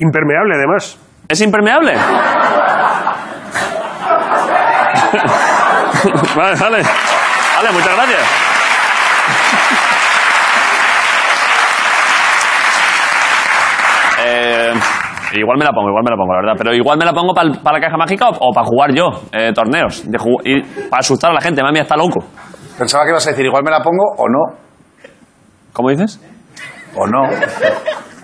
[SPEAKER 2] Impermeable, además.
[SPEAKER 1] ¿Es impermeable? vale, vale. Vale, muchas gracias. Eh, igual me la pongo, igual me la pongo, la verdad. Pero igual me la pongo para la caja mágica o, para jugar yo eh, torneos. De ju- y para asustar a la gente. Mami está loco.
[SPEAKER 3] Pensaba que ibas a decir, igual me la pongo o no.
[SPEAKER 1] ¿Cómo dices?
[SPEAKER 3] O no.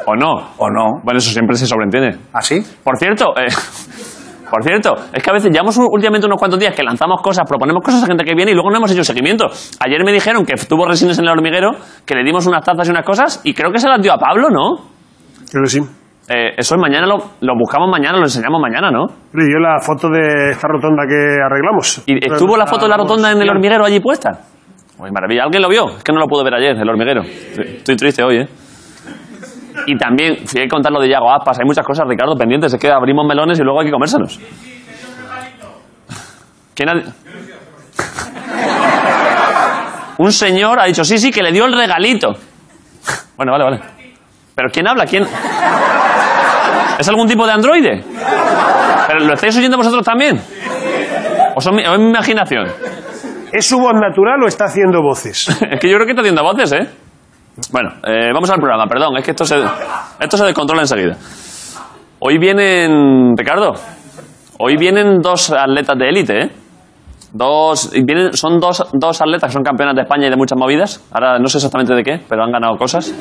[SPEAKER 1] ¿O no? ¿O no? Bueno, eso siempre se sobreentiende. ¿Ah, sí? Por cierto, eh, [LAUGHS] por cierto, es que a veces llevamos un- últimamente unos cuantos días que lanzamos cosas, proponemos cosas a gente que viene y luego no hemos hecho seguimiento. Ayer me dijeron que tuvo resines en el hormiguero, que le dimos unas tazas y unas cosas y creo que se las dio a Pablo, ¿no?
[SPEAKER 2] Creo que sí.
[SPEAKER 1] Eh, eso es mañana, lo, lo buscamos mañana, lo enseñamos mañana, ¿no?
[SPEAKER 2] Pero yo la foto de esta rotonda que arreglamos.
[SPEAKER 1] ¿Y estuvo la foto de la rotonda en el hormiguero allí puesta? Uy, maravilla, ¿alguien lo vio? Es que no lo pude ver ayer, el hormiguero. Estoy triste hoy, ¿eh? Y también, si hay que contar lo de Yago Aspas, hay muchas cosas, Ricardo, pendientes. Es que abrimos melones y luego hay que comérselos. ¿Quién ha... Un señor ha dicho, sí, sí, que le dio el regalito. Bueno, vale, vale. ¿Pero quién habla? ¿Quién? ¿Es algún tipo de androide? ¿Pero lo estáis oyendo vosotros también? ¿O, son mi- o es mi imaginación?
[SPEAKER 2] ¿Es su voz natural o está haciendo voces?
[SPEAKER 1] es que yo creo que está haciendo voces, ¿eh? Bueno, eh, vamos al programa, perdón, es que esto se, esto se descontrola enseguida. Hoy vienen, Ricardo, hoy vienen dos atletas de élite, ¿eh? Dos, y vienen, son dos, dos atletas que son campeonas de España y de muchas movidas. Ahora no sé exactamente de qué, pero han ganado cosas.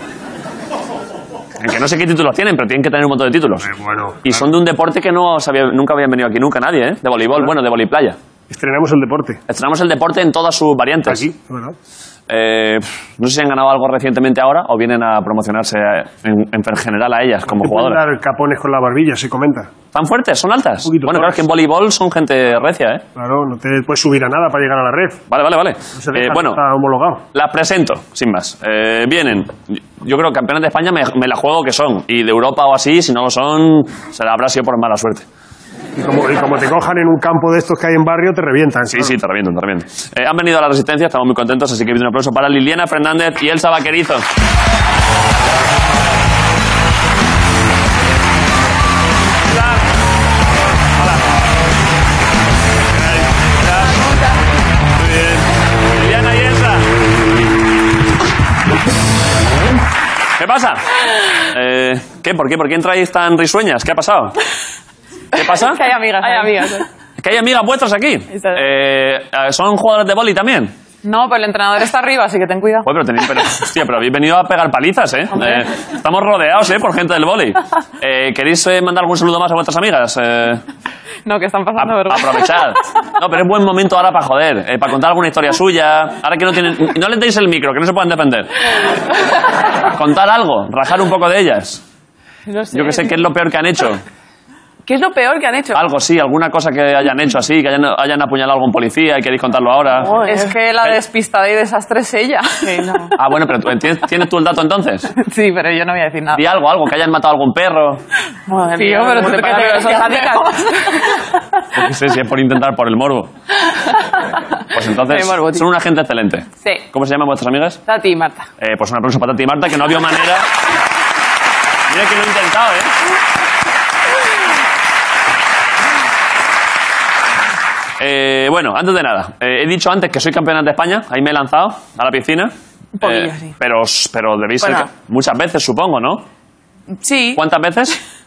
[SPEAKER 1] En que no sé qué títulos tienen, pero tienen que tener un montón de títulos.
[SPEAKER 2] bueno,
[SPEAKER 1] [LAUGHS] y son de un deporte que no sabía, nunca habían venido aquí nunca nadie, ¿eh? De voleibol, bueno, de voliplaya.
[SPEAKER 2] Estrenamos el deporte.
[SPEAKER 1] Estrenamos el deporte en todas sus variantes.
[SPEAKER 2] Es verdad.
[SPEAKER 1] Eh, pff, no sé si han ganado algo recientemente ahora o vienen a promocionarse eh, en, en general a ellas
[SPEAKER 2] [LAUGHS]
[SPEAKER 1] como
[SPEAKER 2] Te pueden
[SPEAKER 1] jugadoras.
[SPEAKER 2] dar capones con la barbilla, se comenta.
[SPEAKER 1] ¿Tan fuertes? ¿Son altas? Bueno, claro, es que en voleibol son gente recia, ¿eh?
[SPEAKER 2] Claro, no te puedes subir a nada para llegar a la red.
[SPEAKER 1] Vale, vale, vale. Eh,
[SPEAKER 2] deja,
[SPEAKER 1] bueno,
[SPEAKER 2] está homologado.
[SPEAKER 1] las presento, sin más. Eh, vienen, yo creo que campeones de España me, me la juego que son. Y de Europa o así, si no lo son, se la habrá sido por mala suerte.
[SPEAKER 2] Y como, y como te cojan en un campo de estos que hay en barrio, te revientan.
[SPEAKER 1] Sí, sí, te revientan, te revientan. Eh, han venido a la Resistencia, estamos muy contentos, así que pido un aplauso para Liliana Fernández y Elsa Vaquerizo. Liliana y Elsa. ¿Qué pasa? Eh, ¿Qué? ¿Por qué? ¿Por qué entráis tan risueñas? ¿Qué ha pasado? ¿Qué pasa?
[SPEAKER 4] [LAUGHS] Que hay amigas. Hay amigas.
[SPEAKER 1] Que hay amigas vuestras aquí. Eh, ¿Son jugadores de boli también?
[SPEAKER 4] No, pero el entrenador está arriba, así que ten cuidado.
[SPEAKER 1] Pues, pero, tenéis, pero,
[SPEAKER 4] [LAUGHS]
[SPEAKER 1] hostia, pero habéis venido a pegar palizas, ¿eh?
[SPEAKER 4] Hombre.
[SPEAKER 1] Eh, estamos rodeados, ¿eh? Por gente del
[SPEAKER 4] [LAUGHS]
[SPEAKER 1] boli. Eh, ¿Queréis eh, mandar algún saludo más a vuestras amigas? Eh,
[SPEAKER 4] No, que están pasando vergüenza. [LAUGHS]
[SPEAKER 1] aprovechad. No, pero es buen momento ahora para joder, eh, para contar alguna historia suya. Ahora que no tienen... No les deis el micro, que no se puedan defender. Contar algo, rajar un poco de ellas.
[SPEAKER 4] No sé.
[SPEAKER 1] Yo que sé qué es lo peor que han hecho.
[SPEAKER 4] ¿Qué es lo peor que han hecho?
[SPEAKER 1] Algo, sí, alguna cosa que hayan hecho así, que hayan, hayan apuñalado a algún policía y queréis contarlo ahora.
[SPEAKER 4] Es que la despistada y desastre es ella. Sí,
[SPEAKER 1] [LAUGHS] Ah, bueno, pero tú- ¿tienes, tienes tú el dato
[SPEAKER 4] [LAUGHS]
[SPEAKER 1] entonces?
[SPEAKER 4] pero yo no voy a decir nada.
[SPEAKER 1] Di algo, algo, que hayan matado a algún
[SPEAKER 4] [LAUGHS]
[SPEAKER 1] perro.
[SPEAKER 4] Madre [LAUGHS] Tío, pero tú te crees que
[SPEAKER 1] Yo qué sé, si es por intentar, por el morbo. Pues entonces, son una gente excelente.
[SPEAKER 4] [LAUGHS] Sí.
[SPEAKER 1] ¿Cómo se llaman vuestras amigas?
[SPEAKER 4] Tati y Marta.
[SPEAKER 1] Eh, pues un aplauso para Tati y Marta, que no había manera. Mira que lo he intentado, ¿eh? Eh, bueno, antes de nada, eh, he dicho antes que soy campeonas de España, ahí me he lanzado a la piscina. Un
[SPEAKER 4] poquillo, sí.
[SPEAKER 1] Pero, os- pero debéis
[SPEAKER 4] Bueno.
[SPEAKER 1] ser ca- muchas veces, supongo, ¿no?
[SPEAKER 4] Sí.
[SPEAKER 1] ¿Cuántas veces?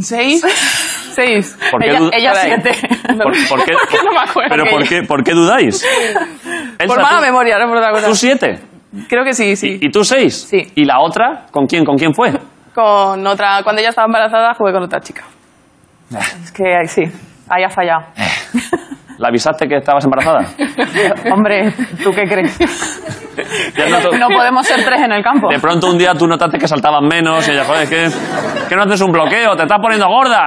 [SPEAKER 4] ¿Seis? [LAUGHS] Seis.
[SPEAKER 1] ¿Por qué
[SPEAKER 4] ella
[SPEAKER 1] dud-
[SPEAKER 4] ella
[SPEAKER 1] Por ahí.
[SPEAKER 4] siete.
[SPEAKER 1] ¿Por,
[SPEAKER 4] [LAUGHS]
[SPEAKER 1] por qué,
[SPEAKER 4] [LAUGHS] no me acuerdo
[SPEAKER 1] ¿Pero
[SPEAKER 4] que
[SPEAKER 1] por
[SPEAKER 4] yo-
[SPEAKER 1] qué, por qué dudáis? Elsa,
[SPEAKER 4] Por mala
[SPEAKER 1] tú-
[SPEAKER 4] memoria, no por otra cosa.
[SPEAKER 1] ¿Tú siete?
[SPEAKER 4] Creo que sí, sí.
[SPEAKER 1] ¿Y tú seis?
[SPEAKER 4] Sí.
[SPEAKER 1] ¿Y la otra? ¿Con quién, con quién fue?
[SPEAKER 4] Con otra, cuando ella estaba embarazada, jugué con otra chica.
[SPEAKER 1] Eh.
[SPEAKER 4] Es que ahí sí, ahí ha fallado.
[SPEAKER 1] ¿La avisaste que estabas embarazada?
[SPEAKER 4] Hombre, ¿tú qué crees?
[SPEAKER 1] Ya noto-
[SPEAKER 4] No podemos ser tres en el campo.
[SPEAKER 1] De pronto un día tú notaste que saltaban menos y ella, joder, ¿qué, ¿qué no haces un bloqueo? ¡Te estás poniendo gorda!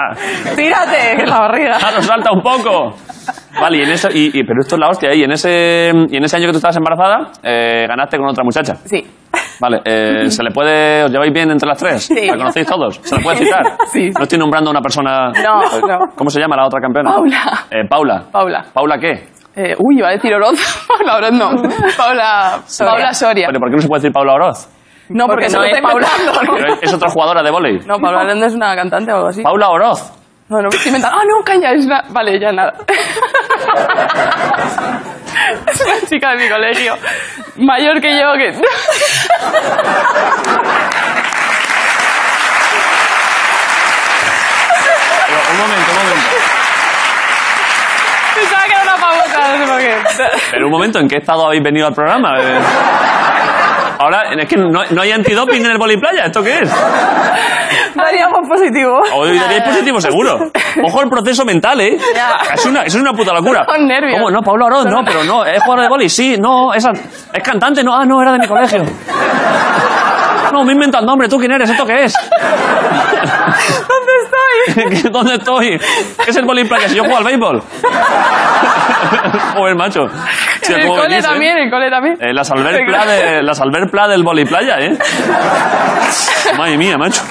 [SPEAKER 4] Tírate, que la barriga.
[SPEAKER 1] ¡Claro, salta un poco! Vale, y en eso, y, y- pero esto es la hostia, ¿eh? y en ese, y en ese año que tú estabas embarazada, eh, ganaste con otra muchacha.
[SPEAKER 4] Sí.
[SPEAKER 1] Vale, eh, ¿se le puede. ¿Os lleváis bien entre las tres?
[SPEAKER 4] Sí.
[SPEAKER 1] ¿La conocéis todos? ¿Se la puede citar?
[SPEAKER 4] [LAUGHS] Sí.
[SPEAKER 1] No estoy nombrando a una persona. Pues,
[SPEAKER 4] No, no.
[SPEAKER 1] ¿Cómo se llama la otra campeona?
[SPEAKER 4] Paula.
[SPEAKER 1] Eh, Paula.
[SPEAKER 4] Paula.
[SPEAKER 1] ¿Paula qué?
[SPEAKER 4] Eh, [LAUGHS] uy, iba a decir Oroz. Paula Oroz no. Paula, Paula Soria.
[SPEAKER 1] Bueno, ¿por qué no se puede decir Paula Oroz?
[SPEAKER 4] No, porque,
[SPEAKER 1] Porque
[SPEAKER 4] no
[SPEAKER 1] no
[SPEAKER 4] es
[SPEAKER 1] es-
[SPEAKER 4] Paula Andón.
[SPEAKER 1] Pero es- es otra jugadora de vóley.
[SPEAKER 4] [LAUGHS] No, Paula Andón es una cantante o algo así.
[SPEAKER 1] Paula Oroz.
[SPEAKER 4] No, no me estoy inventando. Ah, no, calla, es una... Vale, ya nada. [LAUGHS] es una chica de mi colegio. Mayor que yo, que... [LAUGHS]
[SPEAKER 1] Pero, un momento, un momento.
[SPEAKER 4] Pensaba que era una pavota, no sé por qué.
[SPEAKER 1] Pero un momento, ¿en qué estado habéis venido al programa? Eh, Ahora, es que no, no hay antidoping en el voliplaya, ¿esto qué es?
[SPEAKER 4] [LAUGHS] Daríamos positivo.
[SPEAKER 1] Hoy daríais
[SPEAKER 4] Nada.
[SPEAKER 1] positivo seguro. Ojo el proceso mental, ¿eh?
[SPEAKER 4] Ya.
[SPEAKER 1] Es una, es una puta locura.
[SPEAKER 4] Son nervios.
[SPEAKER 1] ¿Cómo? No, Pablo Oroz, no, pero no. ¿Es jugador de boli? Sí, no. Es, an- es cantante, no. Ah, no, era de mi colegio. No, me inventa el nombre. ¿Tú quién eres? ¿Esto qué es?
[SPEAKER 4] ¿Dónde estoy?
[SPEAKER 1] ¿Qué- [LAUGHS] ¿Dónde estoy? ¿Qué es el voliplaya? Si yo juego al béisbol. [LAUGHS] Joder, macho. Sí,
[SPEAKER 4] el
[SPEAKER 1] ¿cómo
[SPEAKER 4] cole
[SPEAKER 1] venís, eh?
[SPEAKER 4] también, el cole también.
[SPEAKER 1] Eh, la Salver Pla de- la Salver Pla del voliplaya, ¿eh? Madre mía, macho.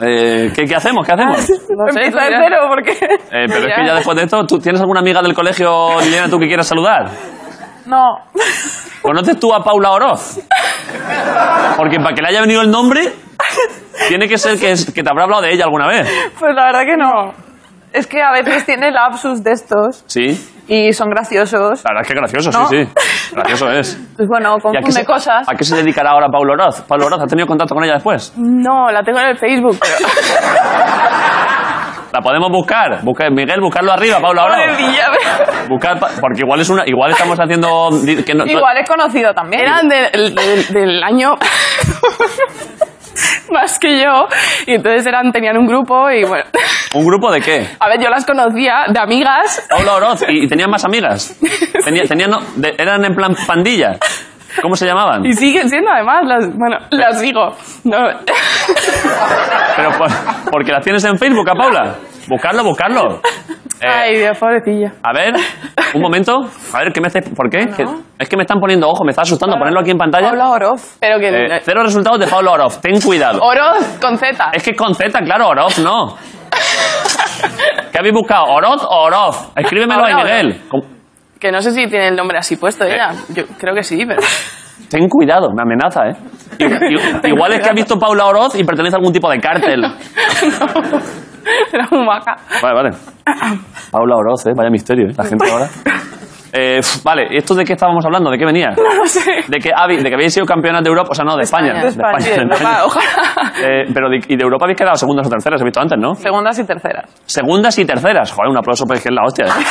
[SPEAKER 1] Eh, ¿qué, ¿Qué hacemos? ¿Qué hacemos?
[SPEAKER 4] No sé, Empieza de cero, porque...
[SPEAKER 1] Eh, pero es que ya después de esto, ¿tú tienes alguna amiga del colegio, Liliana, tú que quieras saludar?
[SPEAKER 4] No.
[SPEAKER 1] ¿Conoces tú a Paula Oroz? Porque para que le haya venido el nombre, tiene que ser que, es- que te habrá hablado de ella alguna vez.
[SPEAKER 4] Pues la verdad que no. Es que a veces tiene lapsus de estos
[SPEAKER 1] Sí,
[SPEAKER 4] y son graciosos.
[SPEAKER 1] la verdad es que gracioso,
[SPEAKER 4] No.
[SPEAKER 1] sí, sí. Gracioso es.
[SPEAKER 4] Pues
[SPEAKER 1] ¿Y
[SPEAKER 4] bueno,
[SPEAKER 1] a qué,
[SPEAKER 4] confunde
[SPEAKER 1] se,
[SPEAKER 4] cosas.
[SPEAKER 1] ¿A qué se dedicará ahora Paula Oroz? Paula Oroz, ¿has tenido contacto con ella después?
[SPEAKER 4] No, la tengo en el Facebook.
[SPEAKER 1] ¿La podemos buscar? Busca- Miguel, buscarlo arriba,
[SPEAKER 4] [LAUGHS]
[SPEAKER 1] Paula
[SPEAKER 4] Madre
[SPEAKER 1] Oroz.
[SPEAKER 4] mía, ve.
[SPEAKER 1] Buscar, pa- porque igual, es una, igual estamos haciendo... di- Que no-
[SPEAKER 4] Igual es conocido también. Eran del, del- del año [LAUGHS] más que yo. Y entonces eran, tenían un grupo y bueno. [LAUGHS]
[SPEAKER 1] ¿Un grupo de qué?
[SPEAKER 4] A ver, yo las conocía de amigas.
[SPEAKER 1] Paula Oroz. ¿Y, y tenían más
[SPEAKER 4] [LAUGHS]
[SPEAKER 1] amigas? Tenía- tenían, no- de- ¿Eran en plan pandilla? ¿Cómo se llamaban?
[SPEAKER 4] Y siguen siendo además las. Bueno, las digo. No.
[SPEAKER 1] Pero pues, por- porque las tienes en Facebook, a Paula. Buscarlo, buscarlo.
[SPEAKER 4] [LAUGHS] Ay, Dios, pobrecilla.
[SPEAKER 1] A ver, un momento. A ver, ¿qué me estáis- ¿Por qué? Que- es que me están poniendo ojo, me está asustando. Ponerlo aquí en pantalla.
[SPEAKER 4] Paula Oroz. Pero que.
[SPEAKER 1] Eh, cero resultados de Paula Oroz. Ten cuidado.
[SPEAKER 4] Oroz con Z.
[SPEAKER 1] Es que con Z, claro, Oroz no. ¿Qué habéis buscado? ¿Oroz o Oroz? Escríbemelo ahí,
[SPEAKER 4] Paula
[SPEAKER 1] Miguel. Com-
[SPEAKER 4] [LAUGHS] Que no sé si tiene el nombre así puesto ella. Yo creo que sí, pero.
[SPEAKER 1] Ten cuidado, me amenaza,
[SPEAKER 4] [LAUGHS]
[SPEAKER 1] ¿eh? I- i- Igual es que ha visto Paula Oroz y pertenece a algún tipo de cártel.
[SPEAKER 4] [LAUGHS] Era muy maja.
[SPEAKER 1] Vale,
[SPEAKER 4] [COUGHS]
[SPEAKER 1] vale. Paula Oroz, ¿eh? Vaya misterio, ¿eh? La gente ahora. Eh, pf, vale, ¿y ¿esto de qué estábamos hablando? ¿De qué venía?
[SPEAKER 4] No lo sé.
[SPEAKER 1] De que, habéis- de que habéis sido campeonas de Europa, o sea, no, de España.
[SPEAKER 4] España, de España, de Europa, ojalá.
[SPEAKER 1] [LAUGHS] Eh, pero de, y de Europa habéis quedado segundas o terceras, he visto antes, ¿no?
[SPEAKER 4] Segundas y terceras.
[SPEAKER 1] Segundas y terceras. Joder, un aplauso porque es la hostia. ¿eh?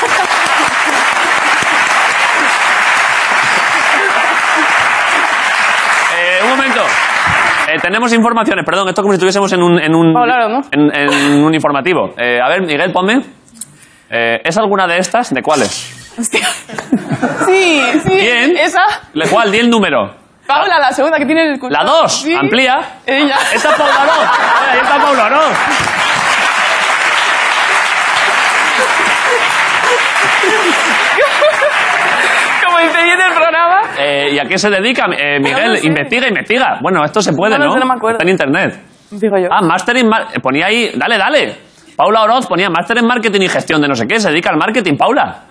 [SPEAKER 1] Eh, un momento. Eh, tenemos informaciones, perdón, esto es como si estuviésemos en un, en un,
[SPEAKER 4] Paula, Oh, ¿no?
[SPEAKER 1] en, en un informativo. Eh, a ver, Miguel, ponme. Eh, ¿Es alguna de estas? ¿De cuáles?
[SPEAKER 4] Sí, sí.
[SPEAKER 1] Bien.
[SPEAKER 4] Esa.
[SPEAKER 1] ¿De cuál? Di el número.
[SPEAKER 4] Paula, la segunda que tiene el escudo.
[SPEAKER 1] La dos.
[SPEAKER 4] Sí.
[SPEAKER 1] Amplía.
[SPEAKER 4] Ella.
[SPEAKER 1] Esta es Paula Oroz.
[SPEAKER 4] [LAUGHS]
[SPEAKER 1] Eh, ahí está Paula Oroz.
[SPEAKER 4] Como dice bien el programa.
[SPEAKER 1] Eh, ¿Y a qué se dedica? Eh, Miguel,
[SPEAKER 4] No lo sé.
[SPEAKER 1] investiga, investiga. Bueno, esto se puede,
[SPEAKER 4] No
[SPEAKER 1] ¿no?
[SPEAKER 4] lo sé, no me acuerdo.
[SPEAKER 1] Está en internet.
[SPEAKER 4] Digo yo.
[SPEAKER 1] Ah, Master in Mar- eh, Ponía ahí. Dale, dale. Paula Oroz ponía Master en Marketing y Gestión de no sé qué. Se dedica al marketing, Paula.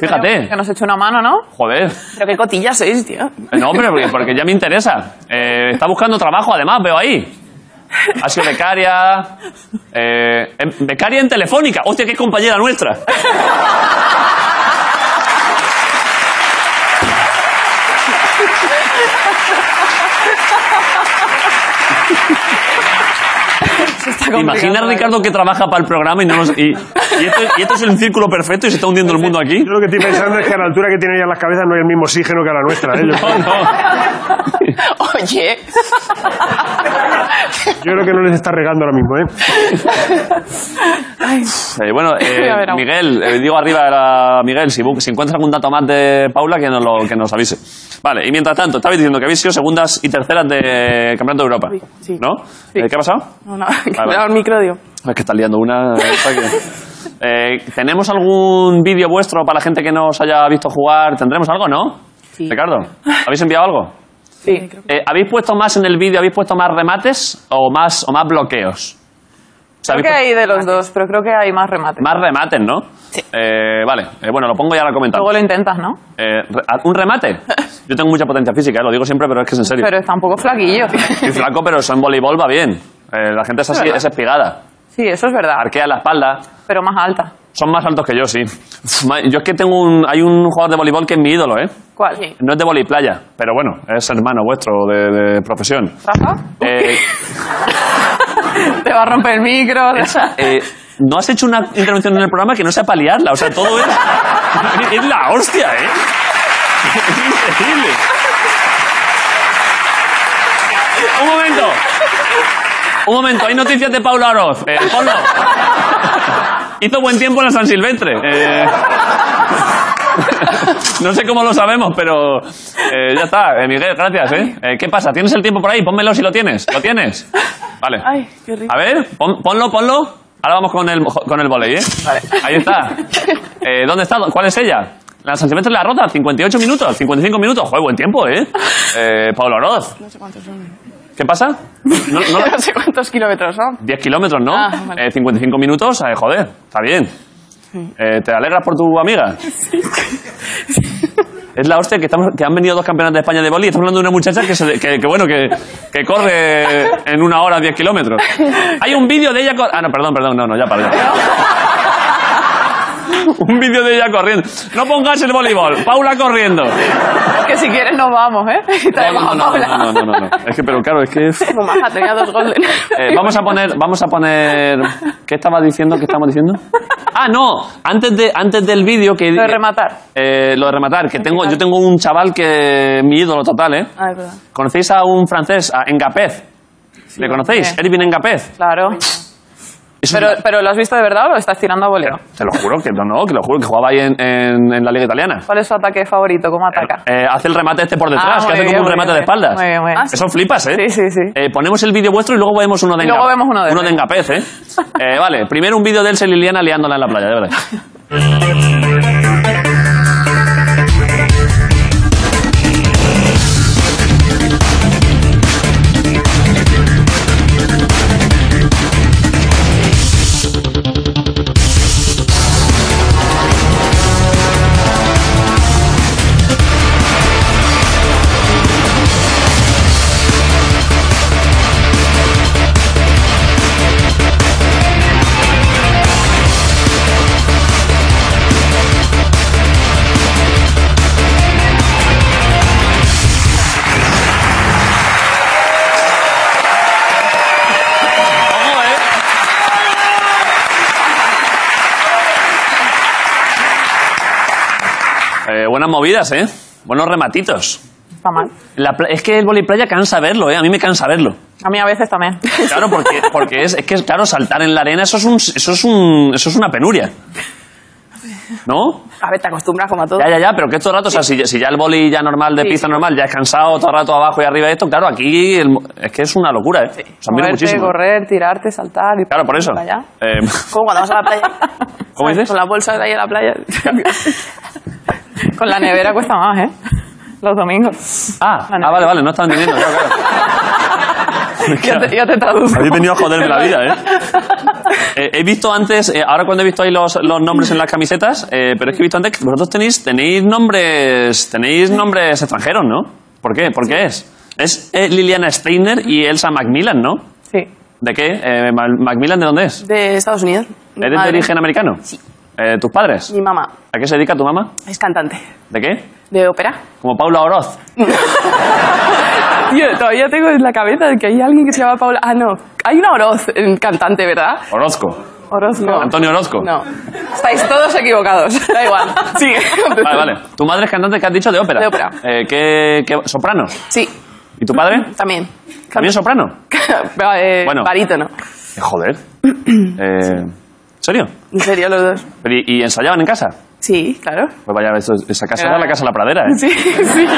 [SPEAKER 1] Fíjate.
[SPEAKER 4] Que nos echó una mano, ¿no?
[SPEAKER 1] Joder.
[SPEAKER 4] Pero qué cotilla sois, tío.
[SPEAKER 1] Eh, No, hombre, porque, porque ya me interesa. Eh, está buscando trabajo, además, veo ahí. Ha sido becaria. eh, em- becaria en Telefónica. Hostia, qué compañera nuestra. Imagina,
[SPEAKER 4] ¿eh?
[SPEAKER 1] Ricardo, que trabaja para el programa y no nos- y, y esto, y esto es el círculo perfecto y se está hundiendo el mundo aquí.
[SPEAKER 2] Yo lo que estoy pensando es que a la altura que tienen ellas las cabezas no hay el mismo oxígeno que a la nuestra. ¿eh? Yo,
[SPEAKER 1] No, no. [LAUGHS]
[SPEAKER 4] Oye.
[SPEAKER 2] yo creo que no les está regando ahora mismo. ¿eh?
[SPEAKER 1] Eh,
[SPEAKER 4] [LAUGHS]
[SPEAKER 1] bueno, eh,
[SPEAKER 4] Voy a ver algo.
[SPEAKER 1] Miguel, eh, digo arriba era Miguel, si, bu- si encuentras algún dato más de Paula, que nos, lo, que nos avise. Vale, y mientras tanto, estabais diciendo que habéis sido segundas y terceras de Campeonato de Europa.
[SPEAKER 4] sí.
[SPEAKER 1] ¿No? Eh, ¿Qué ha pasado?
[SPEAKER 4] No, no, que
[SPEAKER 1] Vale,
[SPEAKER 4] me da
[SPEAKER 1] vale.
[SPEAKER 4] un micro, digo.
[SPEAKER 1] Es que está liando una. esta
[SPEAKER 4] [LAUGHS]
[SPEAKER 1] que- Eh, ¿Tenemos algún vídeo vuestro para la gente que no os haya visto jugar? ¿Tendremos algo, no?
[SPEAKER 4] [LAUGHS]
[SPEAKER 1] Ricardo, ¿habéis enviado algo?
[SPEAKER 4] Sí.
[SPEAKER 1] Eh, ¿Habéis puesto más en el vídeo, habéis puesto más remates o más, o más bloqueos?
[SPEAKER 4] Creo que hay de los dos, pero creo que hay más remate.
[SPEAKER 1] Más remates, ¿no? Sí. vale, Eh, bueno, lo pongo y ahora comentamos.
[SPEAKER 4] Luego lo intentas, ¿no?
[SPEAKER 1] Eh, re- ¿Un remate? Yo tengo mucha potencia física, eh, lo digo siempre, pero es que es en serio.
[SPEAKER 4] Pero está un
[SPEAKER 1] [LAUGHS]
[SPEAKER 4] poco flaquillo.
[SPEAKER 1] Y flaco, pero eso en voleibol va bien. Eh, la gente es así, es espigada.
[SPEAKER 4] Sí, eso es verdad.
[SPEAKER 1] Arquea la espalda.
[SPEAKER 4] Pero más alta.
[SPEAKER 1] Son más altos que yo, sí. Uf, ma- Yo es que tengo un, hay un jugador de voleibol que es mi ídolo, ¿eh?
[SPEAKER 4] ¿Cuál?
[SPEAKER 1] No es de voleibol playa, pero bueno, es hermano vuestro de, de profesión.
[SPEAKER 4] ¿Rafa?
[SPEAKER 1] Eh,
[SPEAKER 4] Te va a romper el micro.
[SPEAKER 1] eh, no has hecho una intervención en el programa que no sea paliarla, o sea, todo es. Es la hostia, ¿eh? Es increíble. Un momento. Un momento, hay noticias de Paula Oroz. Eh, ponlo. Hizo buen tiempo en la San Silvestre. Eh, no sé cómo lo sabemos, pero eh, ya está. Eh, Miguel, gracias. ¿eh? Eh, ¿Qué pasa? ¿Tienes el tiempo por ahí? Pónmelo si lo tienes. ¿Lo tienes? Vale.
[SPEAKER 4] Ay, qué rico.
[SPEAKER 1] A ver, pon- ponlo, ponlo. Ahora vamos con el, con el volei, ¿eh? Ahí está. Eh, ¿Dónde está? ¿Cuál es ella? La San Silvestre de la Rota, 58 minutos, 55 minutos. Joder, buen tiempo, ¿eh? eh Pablo Oroz.
[SPEAKER 4] No sé cuántos son.
[SPEAKER 1] ¿Qué pasa? No,
[SPEAKER 4] [LAUGHS]
[SPEAKER 1] no-
[SPEAKER 4] [LAUGHS] No sé cuántos kilómetros son.
[SPEAKER 1] 10 kilómetros, ¿no?
[SPEAKER 4] Ah, vale.
[SPEAKER 1] Eh, 55 minutos, eh, joder, está bien. Eh, ¿Te alegras por tu
[SPEAKER 4] [LAUGHS]
[SPEAKER 1] amiga? [LAUGHS] Es la hostia que, estamos, que han venido dos campeonatos de España de boli. Estamos hablando de una muchacha que, se- que- que, bueno, que, que corre en una hora 10 kilómetros. Hay un vídeo de ella... cor- Ah, no, perdón, perdón, no, no, ya para.
[SPEAKER 4] [LAUGHS]
[SPEAKER 1] Un vídeo de ella corriendo. No pongas el voleibol. Paula corriendo.
[SPEAKER 4] Que si quieres nos vamos, ¿eh? Y traemos
[SPEAKER 1] No,
[SPEAKER 4] a
[SPEAKER 1] no,
[SPEAKER 4] Paula.
[SPEAKER 1] no, no, no, no. Es que, pero claro, es que... es-
[SPEAKER 4] [LAUGHS] Pues maja, tenía dos golden.
[SPEAKER 1] eh, vamos a poner, vamos a poner. ¿Qué estaba diciendo? ¿Qué estamos diciendo? Ah, no. Antes de, antes del vídeo que
[SPEAKER 4] Lo de rematar.
[SPEAKER 1] eh, lo de rematar. Que tengo, yo tengo un chaval que mi ídolo total, ¿eh?
[SPEAKER 4] Ah, es verdad.
[SPEAKER 1] ¿Conocéis a un francés, a Engapez? ¿Le conocéis? Erwin Engapez.
[SPEAKER 4] Claro. Pero, pero ¿lo has visto de verdad o lo estás tirando a voleo?
[SPEAKER 1] Te lo juro que no, no, que lo juro que jugaba ahí en, en- en la liga italiana.
[SPEAKER 4] ¿Cuál es su ataque favorito? ¿Cómo ataca?
[SPEAKER 1] Eh, hace el remate este por
[SPEAKER 4] Ah,
[SPEAKER 1] detrás,
[SPEAKER 4] muy
[SPEAKER 1] que hace
[SPEAKER 4] bien,
[SPEAKER 1] como un
[SPEAKER 4] muy
[SPEAKER 1] remate de
[SPEAKER 4] bien.
[SPEAKER 1] espaldas.
[SPEAKER 4] Muy bien, muy bien. Ah, sí.
[SPEAKER 1] Eso flipas, ¿eh?
[SPEAKER 4] Sí, sí, sí.
[SPEAKER 1] Eh, ponemos el vídeo vuestro y luego vemos uno de
[SPEAKER 4] Y luego
[SPEAKER 1] Engapez.
[SPEAKER 4] vemos uno de él.
[SPEAKER 1] Engapez,
[SPEAKER 4] [LAUGHS]
[SPEAKER 1] ¿eh? Eh, Vale, primero un vídeo de Elsa y Liliana liándola en la playa, de
[SPEAKER 4] [LAUGHS]
[SPEAKER 1] verdad. Eh, buenas movidas, ¿eh? Buenos rematitos.
[SPEAKER 4] Está mal.
[SPEAKER 1] La pla- es que el vóley playa cansa verlo, ¿eh? A mí me cansa verlo.
[SPEAKER 4] A mí a veces también.
[SPEAKER 1] Claro, porque, porque es, es que, claro, saltar en la arena, eso es, un, eso, es un, eso es una penuria. ¿No?
[SPEAKER 4] [LAUGHS] A ver, te acostumbras como a todo.
[SPEAKER 1] Ya, ya, ya, pero que todo el rato, o sea, si, ya- si ya el boli ya normal de
[SPEAKER 4] Sí,
[SPEAKER 1] pista
[SPEAKER 4] sí.
[SPEAKER 1] normal ya es cansado todo el rato abajo y arriba de esto, claro, aquí el mo- es que es una locura, ¿eh? Os admiro
[SPEAKER 4] Moverte,
[SPEAKER 1] muchísimo.
[SPEAKER 4] correr, tirarte, saltar. Y
[SPEAKER 1] Claro, por eso.
[SPEAKER 4] para allá.
[SPEAKER 1] Eh,
[SPEAKER 4] Como cuando vas a
[SPEAKER 5] [LAUGHS]
[SPEAKER 4] la playa.
[SPEAKER 1] ¿Cómo
[SPEAKER 4] ¿Sabes? [LAUGHS]
[SPEAKER 1] dices?
[SPEAKER 4] Con las bolsas de ahí a la playa. Con la nevera cuesta más, ¿eh? Los domingos.
[SPEAKER 1] Ah, ah, vale, vale, no están viniendo, claro,
[SPEAKER 4] Yo
[SPEAKER 1] claro.
[SPEAKER 4] te, yo te traduzco.
[SPEAKER 1] Habéis venido a joderme la vida, ¿eh? Eh, he visto antes, eh, ahora cuando he visto ahí los, los nombres en las camisetas, eh, pero es que he visto antes que vosotros tenéis, tenéis nombres tenéis nombres extranjeros, ¿no? ¿Por qué? ¿Por qué es? Es eh, Liliana Steiner y Elsa Macmillan, ¿no?
[SPEAKER 4] Sí.
[SPEAKER 1] ¿De qué? Eh, Ma- ¿Macmillan de dónde es?
[SPEAKER 5] De Estados Unidos. Mi
[SPEAKER 1] ¿Eres de
[SPEAKER 5] madre-
[SPEAKER 1] origen americano? Sí. ¿Tus padres?
[SPEAKER 5] Mi mamá
[SPEAKER 1] ¿A qué se dedica tu mamá?
[SPEAKER 5] es cantante
[SPEAKER 1] ¿De qué?
[SPEAKER 5] de ópera.
[SPEAKER 1] Como Paula Oroz.
[SPEAKER 5] Tío, todavía tengo en la cabeza de que hay alguien que se llama Paula. Ah, no. Hay una Oroz, el cantante, ¿verdad?
[SPEAKER 1] Orozco.
[SPEAKER 5] Orozco.
[SPEAKER 1] Antonio Orozco.
[SPEAKER 5] No. Estáis todos equivocados. Da igual. [LAUGHS] Sigue.
[SPEAKER 1] Vale, vale. Tu madre es cantante que has dicho de ópera.
[SPEAKER 5] De ópera.
[SPEAKER 1] Eh, ¿qué, qué- soprano?
[SPEAKER 5] Sí,
[SPEAKER 1] ¿Y tu padre?
[SPEAKER 5] también.
[SPEAKER 1] ¿También
[SPEAKER 4] [LAUGHS]
[SPEAKER 1] soprano?
[SPEAKER 5] eh,
[SPEAKER 1] Bueno.
[SPEAKER 5] Barítono. [CLEARS THROAT]
[SPEAKER 1] Eh, Joder. Eh, ¿En serio?
[SPEAKER 5] En serio, los dos.
[SPEAKER 1] Pero ¿Y, y ensayaban en casa?
[SPEAKER 5] Sí, claro.
[SPEAKER 1] Pues vaya, eso- esa casa
[SPEAKER 5] Era-
[SPEAKER 1] era la casa de la pradera, ¿eh?
[SPEAKER 5] Sí, sí.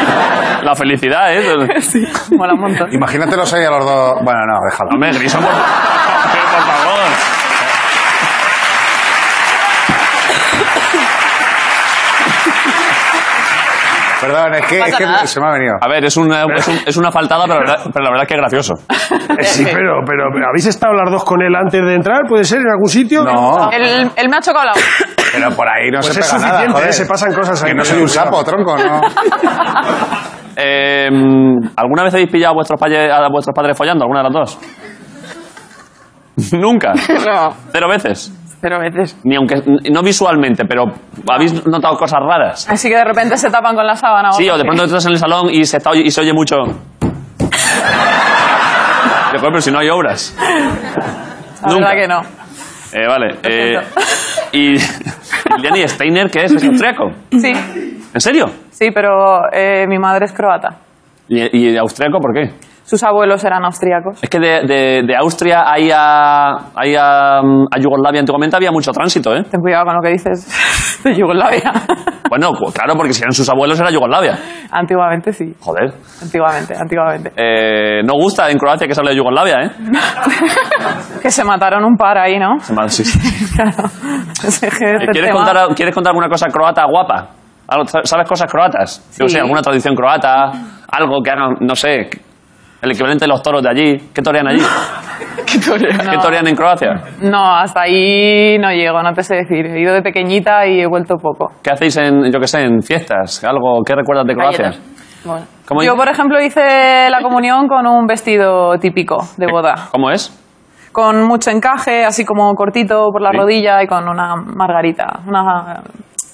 [SPEAKER 1] La felicidad, ¿eh?
[SPEAKER 5] Sí. Mola un montón.
[SPEAKER 3] Imagínatelos ahí a los dos. Bueno, no, déjalo.
[SPEAKER 1] Hombre, Grison, por, pero por favor.
[SPEAKER 3] Perdón, es que,
[SPEAKER 4] No
[SPEAKER 3] es
[SPEAKER 4] pasa
[SPEAKER 3] que
[SPEAKER 4] nada.
[SPEAKER 3] se me ha venido.
[SPEAKER 1] A ver, es una, es un- es una faltada, pero la, verdad, pero la verdad es que es gracioso.
[SPEAKER 2] Sí, pero, pero ¿habéis estado las dos con él antes de entrar? ¿Puede ser en algún sitio?
[SPEAKER 3] No.
[SPEAKER 4] El, el me ha chocado la
[SPEAKER 3] Pero por ahí no
[SPEAKER 2] Pues
[SPEAKER 3] se
[SPEAKER 2] es
[SPEAKER 3] pega
[SPEAKER 2] suficiente,
[SPEAKER 3] nada, joder.
[SPEAKER 2] ¿eh? Se pasan cosas ahí.
[SPEAKER 3] Que no soy un sapo, tronco, ¿no?
[SPEAKER 1] Eh, ¿Alguna vez habéis pillado a vuestros, paye- a vuestros padres follando? ¿Alguna de las dos? Nunca.
[SPEAKER 4] No,
[SPEAKER 1] Cero veces.
[SPEAKER 4] pero veces.
[SPEAKER 1] Ni aunque, no visualmente, pero ¿habéis notado cosas raras?
[SPEAKER 4] Así que de repente se tapan con la sábana.
[SPEAKER 1] Sí, o de
[SPEAKER 4] algo.
[SPEAKER 1] pronto estás en el salón y se, está, y se oye mucho. Después, pero si no hay obras.
[SPEAKER 4] La
[SPEAKER 1] nunca.
[SPEAKER 4] verdad que no.
[SPEAKER 1] Eh, vale. eh, y [LAUGHS] Liani Steiner, ¿qué es? ¿Es austriaco?
[SPEAKER 4] Sí,
[SPEAKER 1] ¿En serio?
[SPEAKER 4] sí, pero eh, mi madre es croata.
[SPEAKER 1] ¿Y, y austriaco por qué?
[SPEAKER 4] Sus abuelos eran austríacos.
[SPEAKER 1] Es que de, de- de Austria ahí a, ahí a, a Yugoslavia antiguamente había mucho tránsito, ¿eh?
[SPEAKER 4] Ten cuidado con lo que dices [LAUGHS] de Yugoslavia. [LAUGHS]
[SPEAKER 1] Bueno, pues claro, porque si eran sus abuelos era Yugoslavia.
[SPEAKER 4] Antiguamente sí.
[SPEAKER 1] Joder.
[SPEAKER 4] Antiguamente, antiguamente.
[SPEAKER 1] Eh, no gusta en Croacia que se hable de Yugoslavia, ¿eh?
[SPEAKER 4] [LAUGHS] Que se mataron un par ahí, ¿no? [LAUGHS]
[SPEAKER 1] Se mal- sí, sí.
[SPEAKER 4] Claro. Es que [LAUGHS] este
[SPEAKER 1] ¿Quieres,
[SPEAKER 4] tema-
[SPEAKER 1] contar, ¿Quieres contar alguna cosa croata guapa? Algo- sa- ¿Sabes cosas croatas? Yo qué
[SPEAKER 4] Sí.
[SPEAKER 1] sé, alguna tradición croata, algo que hagan, no sé, el equivalente de los toros de allí. ¿Qué torean allí?
[SPEAKER 4] [LAUGHS] ¿Qué torean?
[SPEAKER 1] ¿Qué torean en Croacia?
[SPEAKER 4] No, hasta ahí no llego, no te sé decir. He ido de pequeñita y he vuelto poco.
[SPEAKER 1] ¿Qué hacéis en, yo qué sé, en fiestas? ¿Algo que recuerdas de Croacia?
[SPEAKER 4] Galletas. Bueno.
[SPEAKER 1] ¿Cómo
[SPEAKER 4] Yo,
[SPEAKER 1] dice?
[SPEAKER 4] por ejemplo, hice la comunión con un vestido típico de boda.
[SPEAKER 1] ¿Cómo es?
[SPEAKER 4] Con mucho encaje, así como cortito por la
[SPEAKER 1] Sí.
[SPEAKER 4] rodilla y con una margarita, una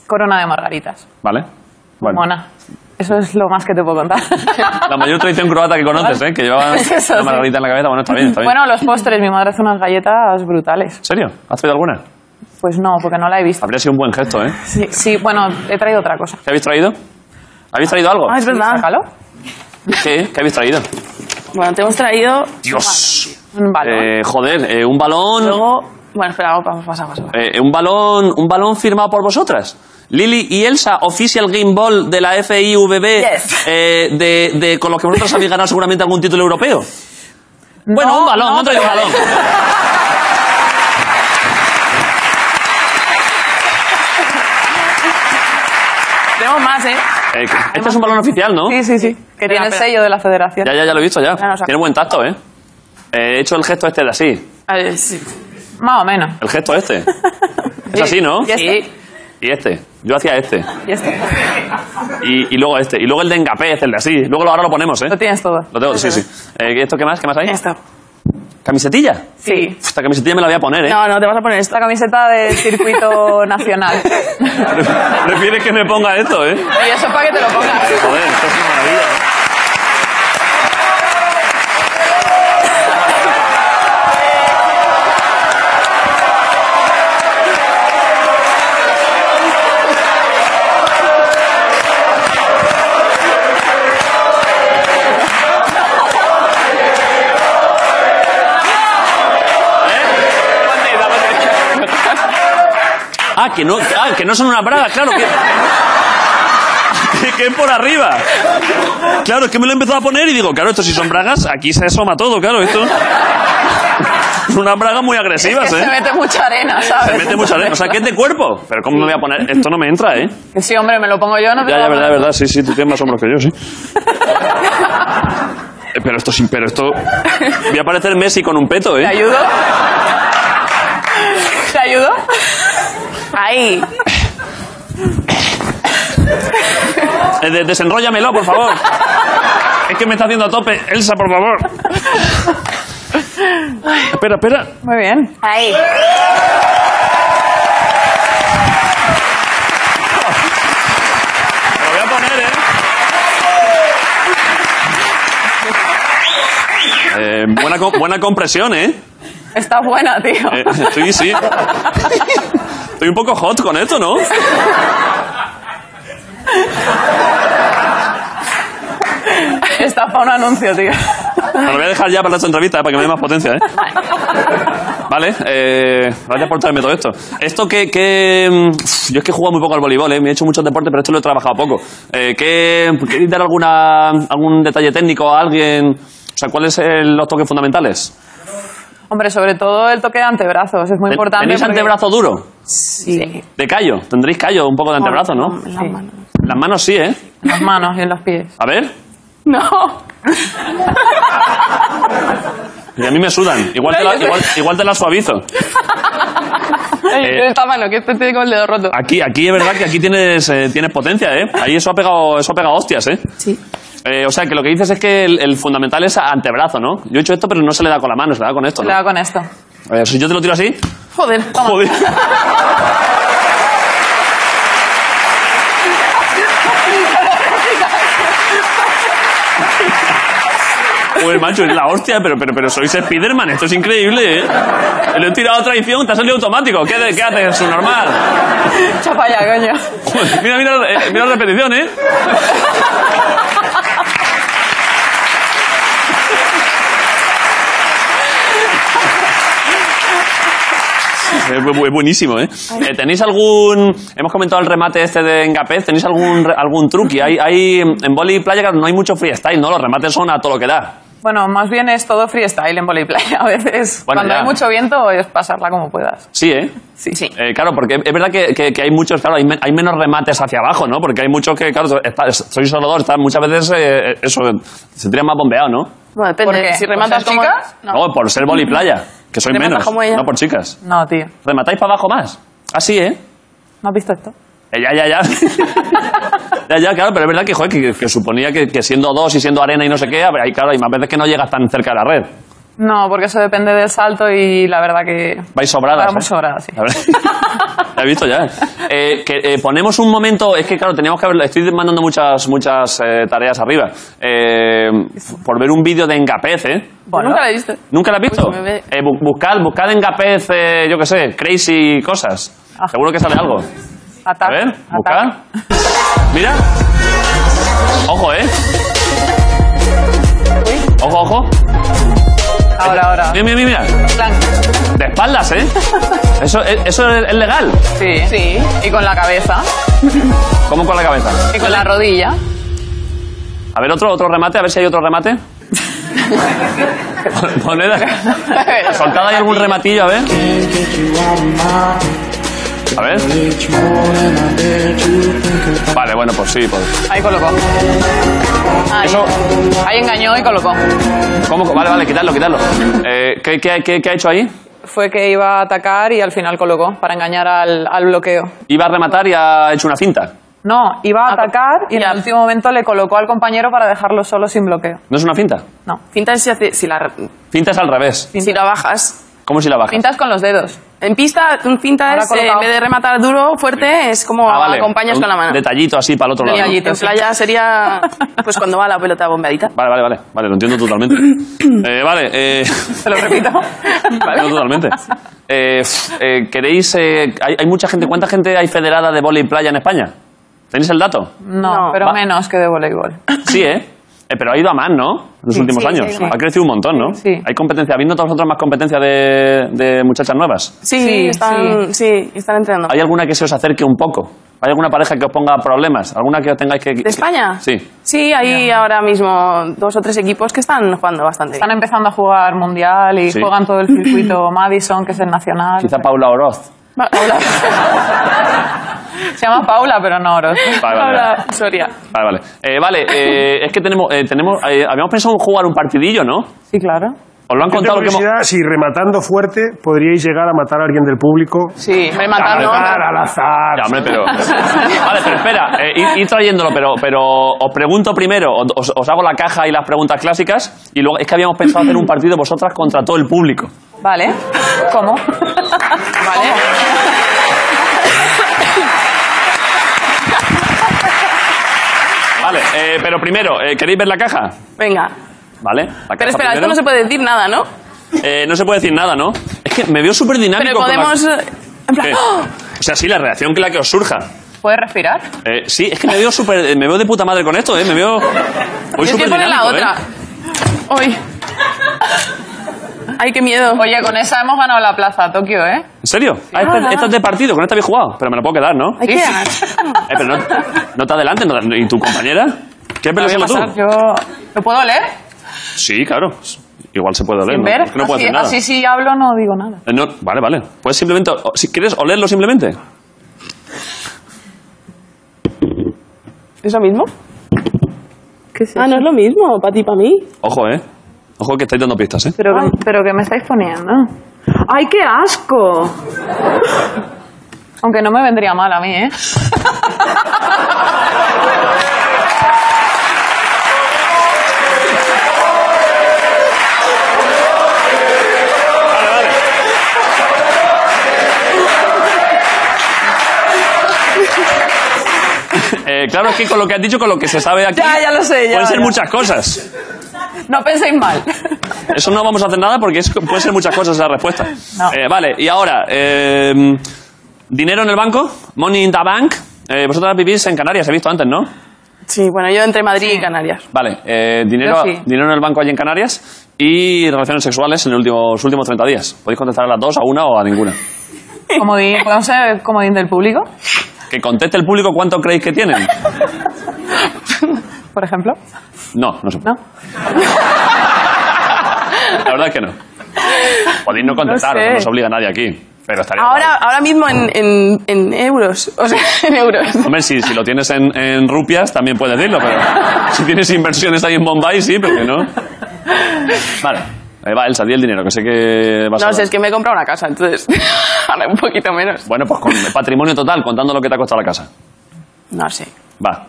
[SPEAKER 4] corona de margaritas.
[SPEAKER 1] ¿Vale? Bueno,
[SPEAKER 4] Mona. Eso es lo más que te puedo contar.
[SPEAKER 1] [LAUGHS] la mayor tradición croata que conoces, ¿eh? Que llevaban
[SPEAKER 4] Pues [LAUGHS] eso,
[SPEAKER 1] una
[SPEAKER 4] sí.
[SPEAKER 1] margarita en la cabeza. Bueno, está bien, está bien.
[SPEAKER 4] Bueno, los postres. Mi madre hace unas galletas brutales.
[SPEAKER 1] ¿En serio? ¿Has traído alguna?
[SPEAKER 4] Pues no, porque no la he visto.
[SPEAKER 1] Habría sido un buen gesto, ¿eh?
[SPEAKER 4] Sí, sí, bueno, he traído otra cosa.
[SPEAKER 1] ¿Qué habéis traído? ¿Habéis traído algo?
[SPEAKER 5] Ah, es verdad.
[SPEAKER 1] ¿Qué? ¿Qué habéis traído?
[SPEAKER 5] Bueno, te hemos traído
[SPEAKER 1] Dios.
[SPEAKER 5] un balón.
[SPEAKER 1] Eh, joder, eh, un balón.
[SPEAKER 5] Luego, bueno, espera, vamos, pasa, pasa.
[SPEAKER 1] Eh, un balón, un balón firmado por vosotras. Lili y Elsa, Official Game Ball de la FIVB,
[SPEAKER 5] Yes.
[SPEAKER 1] eh, de, de- con los que vosotros habéis ganado seguramente algún título europeo. bueno, un balón, no, he traído un balón.
[SPEAKER 5] Tenemos más, ¿eh?
[SPEAKER 1] Eh, este es un balón oficial, ¿no?
[SPEAKER 4] Sí, sí, sí. Que tiene el sello de la federación.
[SPEAKER 1] Ya, ya, ya lo he visto ya.
[SPEAKER 4] Ya nos ha-
[SPEAKER 1] Tiene buen tacto, ¿eh? Eh, He hecho el gesto este de así.
[SPEAKER 5] A ver, sí.
[SPEAKER 4] Más o menos.
[SPEAKER 1] El gesto este. Es así, ¿no?
[SPEAKER 4] [LAUGHS] Y este.
[SPEAKER 1] Y este. Yo hacía este.
[SPEAKER 4] Y este.
[SPEAKER 1] Y, y luego este. Y luego el de engapé, el de así. Luego lo- ahora lo ponemos, ¿eh?
[SPEAKER 4] Lo tienes todo.
[SPEAKER 1] Lo tengo, sí, sí. Eh, ¿Esto qué más? ¿Qué más hay?
[SPEAKER 5] Esto.
[SPEAKER 1] ¿Camisetilla?
[SPEAKER 5] Sí.
[SPEAKER 1] Esta camisetilla me la voy a poner, ¿eh?
[SPEAKER 5] No, no, te vas a poner esto.
[SPEAKER 4] La camiseta
[SPEAKER 1] [LAUGHS]
[SPEAKER 4] del circuito nacional.
[SPEAKER 1] Prefieres que me ponga esto, ¿eh?
[SPEAKER 4] Y eso es para que te lo pongas.
[SPEAKER 1] Joder, esto es una maravilla. ¿eh? Ah, que no, ah, que no son unas bragas, claro. Que... [LAUGHS] que- Que es por arriba. Claro, es que me lo he empezado a poner y digo, claro, esto si son bragas, aquí se asoma todo, claro, esto. [LAUGHS] Unas bragas muy agresivas,
[SPEAKER 4] Que
[SPEAKER 1] ¿eh?
[SPEAKER 4] se mete mucha arena, ¿sabes?
[SPEAKER 1] Se mete mucha arena. O sea, que es de cuerpo. Pero ¿cómo me voy a poner? Esto no me entra, ¿eh?
[SPEAKER 4] Que sí, hombre, me lo pongo yo, no te
[SPEAKER 1] Ya,
[SPEAKER 4] lo
[SPEAKER 1] ya,
[SPEAKER 4] pongo.
[SPEAKER 1] verdad, verdad. Sí, sí, tú tienes más hombros que yo, sí. Eh, Pero esto sin... Pero esto... Voy a parecer Messi con un peto,
[SPEAKER 4] ¿Te
[SPEAKER 1] ¿eh?
[SPEAKER 4] ayudo? ¿Te ayudo?
[SPEAKER 5] Ahí.
[SPEAKER 1] Eh, de- desenróllamelo, por favor. Es que me está haciendo a tope. Elsa, por favor. Espera, espera.
[SPEAKER 4] Muy bien.
[SPEAKER 5] Ahí.
[SPEAKER 1] Lo voy a poner, ¿eh? Eh, buena, co- buena compresión, ¿eh?
[SPEAKER 4] Está buena, tío.
[SPEAKER 1] Eh, Sí, sí. Estoy un poco hot con esto, ¿no?
[SPEAKER 4] Está para un anuncio, tío.
[SPEAKER 1] Me lo voy a dejar ya para esta entrevista, ¿eh? para que me dé más potencia, ¿eh? Vale, eh, gracias por traerme todo esto. Esto que... que, mm, yo es que he jugado muy poco al voleibol, ¿eh? Me he hecho muchos deportes, pero esto lo he trabajado poco. Eh, ¿qué, ¿Queréis dar alguna, algún detalle técnico a alguien? O sea, ¿cuáles son los toques fundamentales?
[SPEAKER 4] Hombre, sobre todo el toque de antebrazos, es muy
[SPEAKER 1] Ten-
[SPEAKER 4] importante.
[SPEAKER 1] ¿Tenéis
[SPEAKER 4] porque-
[SPEAKER 1] antebrazo duro?
[SPEAKER 4] Sí.
[SPEAKER 1] De callo. Tendréis callo, un poco de antebrazo, ¿no?
[SPEAKER 5] Las manos.
[SPEAKER 1] Las manos sí, ¿eh?
[SPEAKER 4] En las manos y en los pies.
[SPEAKER 1] A ver.
[SPEAKER 4] No.
[SPEAKER 1] Y a mí me sudan. Igual, te, la, igual, igual te la suavizo. Eh,
[SPEAKER 4] El tamaño, que este tiene con el dedo roto.
[SPEAKER 1] Aquí, aquí es verdad que aquí tienes, eh, tienes potencia, ¿eh? Ahí eso ha pegado, eso ha pegado hostias, ¿eh?
[SPEAKER 4] Sí.
[SPEAKER 1] Eh, o sea, que lo que dices es que el, el fundamental es antebrazo, ¿no? Yo he hecho esto, pero no se le da con la mano, se le da con esto,
[SPEAKER 4] Se
[SPEAKER 1] ¿no?
[SPEAKER 4] le da con esto.
[SPEAKER 1] Eh, si yo te lo tiro así,
[SPEAKER 4] Joder, toma.
[SPEAKER 1] [LAUGHS] joder. Joder, macho, es la hostia, pero, pero, pero sois Spiderman, esto es increíble, ¿eh? Le he tirado a traición, te ha salido automático. ¿Qué, qué haces, su normal?
[SPEAKER 4] Chapa ya, coño.
[SPEAKER 1] Joder, [LAUGHS] mira, mira, eh, mira la repetición, ¿eh? [LAUGHS] Es bu- es buenísimo, ¿eh? Eh, ¿Tenéis algún... Hemos comentado el remate este de Engapez. ¿Tenéis algún, re- algún truqui? Hay, hay, en boli y playa claro, no hay mucho freestyle, ¿no? Los remates son a todo lo que da.
[SPEAKER 4] Bueno, más bien es todo freestyle en voleibol. ¿eh? A veces,
[SPEAKER 1] Bueno,
[SPEAKER 4] cuando
[SPEAKER 1] ya.
[SPEAKER 4] hay mucho viento, es pasarla como puedas.
[SPEAKER 1] Sí, ¿eh? Sí. claro, porque es verdad que, que- que hay muchos, claro, hay, men- hay menos remates hacia abajo, ¿no? Porque hay muchos que, claro, está- soy solo dos, está- muchas veces eh, eso, se tiran más bombeado, ¿no?
[SPEAKER 4] No, depende.
[SPEAKER 5] ¿Por qué?
[SPEAKER 4] Si
[SPEAKER 5] ¿Por
[SPEAKER 4] rematas
[SPEAKER 5] ser
[SPEAKER 4] como...
[SPEAKER 5] chica?
[SPEAKER 1] No, por ser boli y playa, que soy
[SPEAKER 4] Rematas
[SPEAKER 1] menos,
[SPEAKER 4] como ella.
[SPEAKER 1] no por chicas.
[SPEAKER 4] No, tío.
[SPEAKER 1] ¿Rematáis para abajo más? Así, ¿eh?
[SPEAKER 4] ¿No has visto [LAUGHS] esto?
[SPEAKER 1] Eh, Ya, ya, [LAUGHS] ya. ya, ya, claro, pero es verdad que, joder, que, que suponía que, que siendo dos y siendo arena y no sé qué, hay, claro, hay más veces que no llegas tan cerca de la red.
[SPEAKER 4] No, porque eso depende del salto y la verdad que...
[SPEAKER 1] Vais sobradas.
[SPEAKER 4] Vamos
[SPEAKER 1] ¿eh?
[SPEAKER 4] sobradas, sí.
[SPEAKER 1] A ver.
[SPEAKER 4] [LAUGHS]
[SPEAKER 1] Ya he visto ya. Eh, que, eh, ponemos un momento. Es que, claro, tenemos que ver. Estoy mandando muchas, muchas eh, tareas arriba. Eh, por ver un vídeo de Engapez, ¿eh?
[SPEAKER 4] Bueno, nunca la he visto.
[SPEAKER 1] ¿Nunca lo has visto?
[SPEAKER 4] Pues me ve-
[SPEAKER 1] Eh, bu- buscad, buscad Engapez, eh, yo qué sé, crazy cosas.
[SPEAKER 4] Ah.
[SPEAKER 1] Seguro que sale algo.
[SPEAKER 4] Ataca.
[SPEAKER 1] A ver, buscad. Mira. Ojo, ¿eh? Ojo, ojo.
[SPEAKER 4] Ahora, ahora.
[SPEAKER 1] Mira, mira, mira.
[SPEAKER 4] Plan.
[SPEAKER 1] De espaldas,
[SPEAKER 4] [LAUGHS]
[SPEAKER 1] ¿eh? Eso, eh, eso es es legal.
[SPEAKER 4] Sí. Sí. Y con la cabeza.
[SPEAKER 1] ¿Cómo con la cabeza?
[SPEAKER 4] Y con la rodilla.
[SPEAKER 1] A ver, otro, otro remate, a ver si hay otro remate. Poned. Soltad ahí algún rematillo, a ver. A ver. Vale, bueno, pues sí. Pues.
[SPEAKER 4] Ahí colocó. Ahí. Ahí engañó y colocó.
[SPEAKER 1] ¿Cómo? Vale, vale, quitadlo, quitadlo. Eh, ¿qué, qué, qué, qué ha hecho ahí?
[SPEAKER 4] Fue que iba a atacar y al final colocó para engañar al, al bloqueo.
[SPEAKER 1] Iba a rematar y ha hecho una cinta.
[SPEAKER 4] No,
[SPEAKER 5] Ah,
[SPEAKER 4] iba a atacar y en el último momento le colocó al compañero para dejarlo solo sin bloqueo.
[SPEAKER 1] ¿No es una cinta?
[SPEAKER 4] No. Finta es si, la,
[SPEAKER 1] Cinta es al revés.
[SPEAKER 4] si la bajas.
[SPEAKER 1] ¿Cómo si la bajas?
[SPEAKER 5] Pintas con los dedos. En pista, un finta
[SPEAKER 4] Ahora
[SPEAKER 5] es, eh, en
[SPEAKER 4] colocado.
[SPEAKER 5] vez de rematar duro, fuerte, es como
[SPEAKER 1] Ah, vale.
[SPEAKER 5] acompañas
[SPEAKER 1] Un
[SPEAKER 5] con la mano.
[SPEAKER 1] Detallito así para el otro lado. ¿no?
[SPEAKER 5] Y en playa sería pues cuando va la pelota bombeadita.
[SPEAKER 1] Vale, vale, vale, vale, lo entiendo
[SPEAKER 4] [COUGHS]
[SPEAKER 1] totalmente. Eh, vale, eh,
[SPEAKER 4] Te [LAUGHS] lo repito.
[SPEAKER 1] lo entiendo totalmente. Eh, f- eh, ¿Queréis? eh, hay, hay mucha gente. ¿Cuánta gente hay federada de vóley playa en España? ¿Tenéis el dato?
[SPEAKER 4] No, pero
[SPEAKER 1] Va-
[SPEAKER 4] menos que de voleibol.
[SPEAKER 1] Sí, ¿eh? Eh, pero ha ido a más, ¿no? En los
[SPEAKER 4] Sí,
[SPEAKER 1] últimos
[SPEAKER 4] sí,
[SPEAKER 1] años.
[SPEAKER 4] sí, sí.
[SPEAKER 1] Ha crecido un montón, ¿no? Sí. Hay competencia. ¿Habéis notado vosotros más competencia de, de muchachas nuevas?
[SPEAKER 5] Sí, están, sí. están entrenando.
[SPEAKER 1] ¿Hay alguna que se os acerque un poco? ¿Hay alguna pareja que os ponga problemas? ¿Alguna que os tengáis que...?
[SPEAKER 5] ¿De España?
[SPEAKER 1] Sí.
[SPEAKER 5] Sí, hay ahora mismo dos o tres equipos que están jugando bastante bien.
[SPEAKER 4] Están empezando a jugar mundial y
[SPEAKER 1] Sí.
[SPEAKER 4] juegan todo el
[SPEAKER 5] [LAUGHS]
[SPEAKER 4] circuito Madison, que es el nacional.
[SPEAKER 1] Quizá Paula Oroz.
[SPEAKER 4] [LAUGHS] Se llama Paula, pero no Oros.
[SPEAKER 1] Vale, vale,
[SPEAKER 4] Paula
[SPEAKER 1] vale.
[SPEAKER 4] Soria.
[SPEAKER 1] Vale, vale. Eh, vale, eh, es que tenemos... eh, tenemos eh, habíamos pensado en jugar un partidillo, ¿no?
[SPEAKER 4] Sí, claro.
[SPEAKER 1] Os lo han
[SPEAKER 2] Yo
[SPEAKER 1] contado
[SPEAKER 2] tengo
[SPEAKER 1] lo que hemos...
[SPEAKER 2] curiosidad si rematando fuerte podríais llegar a matar a alguien del público.
[SPEAKER 4] Sí,
[SPEAKER 2] Al azar, al azar.
[SPEAKER 1] Ya, hombre,
[SPEAKER 5] [LAUGHS]
[SPEAKER 1] pero. Vale, pero espera, eh, ir, ir trayéndolo, pero, pero os pregunto primero, os, os hago la caja y las preguntas clásicas, y luego es que habíamos pensado hacer un partido vosotras contra todo el público.
[SPEAKER 4] Vale.
[SPEAKER 5] [LAUGHS]
[SPEAKER 4] ¿Cómo? Vale.
[SPEAKER 1] Vale, eh, pero primero, eh, ¿queréis ver la caja?
[SPEAKER 5] Venga.
[SPEAKER 1] Vale, la
[SPEAKER 5] Pero
[SPEAKER 1] caja
[SPEAKER 5] espera, esto
[SPEAKER 1] primero.
[SPEAKER 5] no se puede decir nada, ¿no?
[SPEAKER 1] Eh, no se puede decir nada, ¿no? Es que me veo súper dinámico.
[SPEAKER 5] Pero podemos... eh, En [GASPS] plan, ¡oh!
[SPEAKER 1] O sea, sí, la reacción que la que os surja.
[SPEAKER 4] ¿Puedes respirar?
[SPEAKER 1] Eh, sí, es que me veo súper. eh, Me veo de puta madre con esto, ¿eh? Me veo. Voy
[SPEAKER 5] Yo estoy
[SPEAKER 1] súper
[SPEAKER 5] poner la
[SPEAKER 1] ¿eh?
[SPEAKER 5] otra. Hoy. Ay, qué miedo.
[SPEAKER 4] Oye, con esa hemos ganado la plaza a Tokio, ¿eh?
[SPEAKER 1] ¿En serio? Ah, esta, esta es de partido, con esta habéis jugado. Pero me la puedo quedar, ¿no?
[SPEAKER 4] Hay que [LAUGHS]
[SPEAKER 1] Eh, pero no, no te adelantes. no te- ¿Y tu compañera? ¿Qué pelo solo tú?
[SPEAKER 4] Yo... ¿Lo puedo leer?
[SPEAKER 1] Sí, claro. Igual se puede oler.
[SPEAKER 4] Sin
[SPEAKER 1] ¿no?
[SPEAKER 4] ver.
[SPEAKER 1] Es que no puedo
[SPEAKER 4] así,
[SPEAKER 1] hacer nada.
[SPEAKER 4] así si hablo no digo nada.
[SPEAKER 1] Eh, no, vale, vale. Puedes simplemente... o- Si quieres olerlo simplemente.
[SPEAKER 5] ¿Es lo mismo? Ah, no es lo mismo, para ti, para mí.
[SPEAKER 1] Ojo, ¿eh? Ojo que estáis dando pistas,
[SPEAKER 4] [LAUGHS]
[SPEAKER 1] ¿eh?
[SPEAKER 5] Pero, pero que me estáis poniendo.
[SPEAKER 4] ¡Ay, qué asco! Aunque no me vendría mal a mí, ¿eh?
[SPEAKER 1] Eh, claro, es que con lo que has dicho, con lo que se sabe aquí...
[SPEAKER 4] Ya, ya lo sé, ya,
[SPEAKER 1] Pueden ser
[SPEAKER 4] ya.
[SPEAKER 1] muchas cosas.
[SPEAKER 4] No penséis [LAUGHS] mal.
[SPEAKER 1] Eso no vamos a hacer nada porque es- pueden ser muchas cosas la respuesta.
[SPEAKER 4] No.
[SPEAKER 1] Eh, vale, y ahora... eh, ¿Dinero en el banco? ¿Money in the bank? Eh, vosotras vivís en Canarias, he visto antes, ¿no?
[SPEAKER 4] Sí, bueno, yo entre Madrid y Canarias.
[SPEAKER 1] Vale, eh, dinero,
[SPEAKER 4] Yo sí.
[SPEAKER 1] dinero en el banco allí en Canarias y relaciones sexuales en el último- los últimos 30 días. Podéis contestar a las dos, a una o a ninguna.
[SPEAKER 4] Comodín, [LAUGHS] ¿podemos ser comodín del público?
[SPEAKER 1] Que conteste el público cuánto creéis que tienen.
[SPEAKER 4] Por ejemplo.
[SPEAKER 1] No, no se puede.
[SPEAKER 4] No.
[SPEAKER 1] La verdad es que no. Podéis no contestar,
[SPEAKER 4] No
[SPEAKER 1] no,
[SPEAKER 4] sé.
[SPEAKER 1] nos obliga nadie aquí. Pero estaría.
[SPEAKER 5] Ahora, ahora mismo en, en- en euros. O sea, [LAUGHS] en euros.
[SPEAKER 1] Hombre, si, si lo tienes en, en rupias, también puedes decirlo, pero si tienes inversiones ahí en Bombay, sí, pero que no. Vale. Ahí va, Elsa, di el dinero, que sé que vas a.
[SPEAKER 5] No sé, es que me he comprado una casa, entonces. [LAUGHS] Ahora un poquito menos.
[SPEAKER 1] Bueno, pues con el patrimonio total, contando lo que te ha costado la casa.
[SPEAKER 5] No [LAUGHS] sé.
[SPEAKER 1] Va.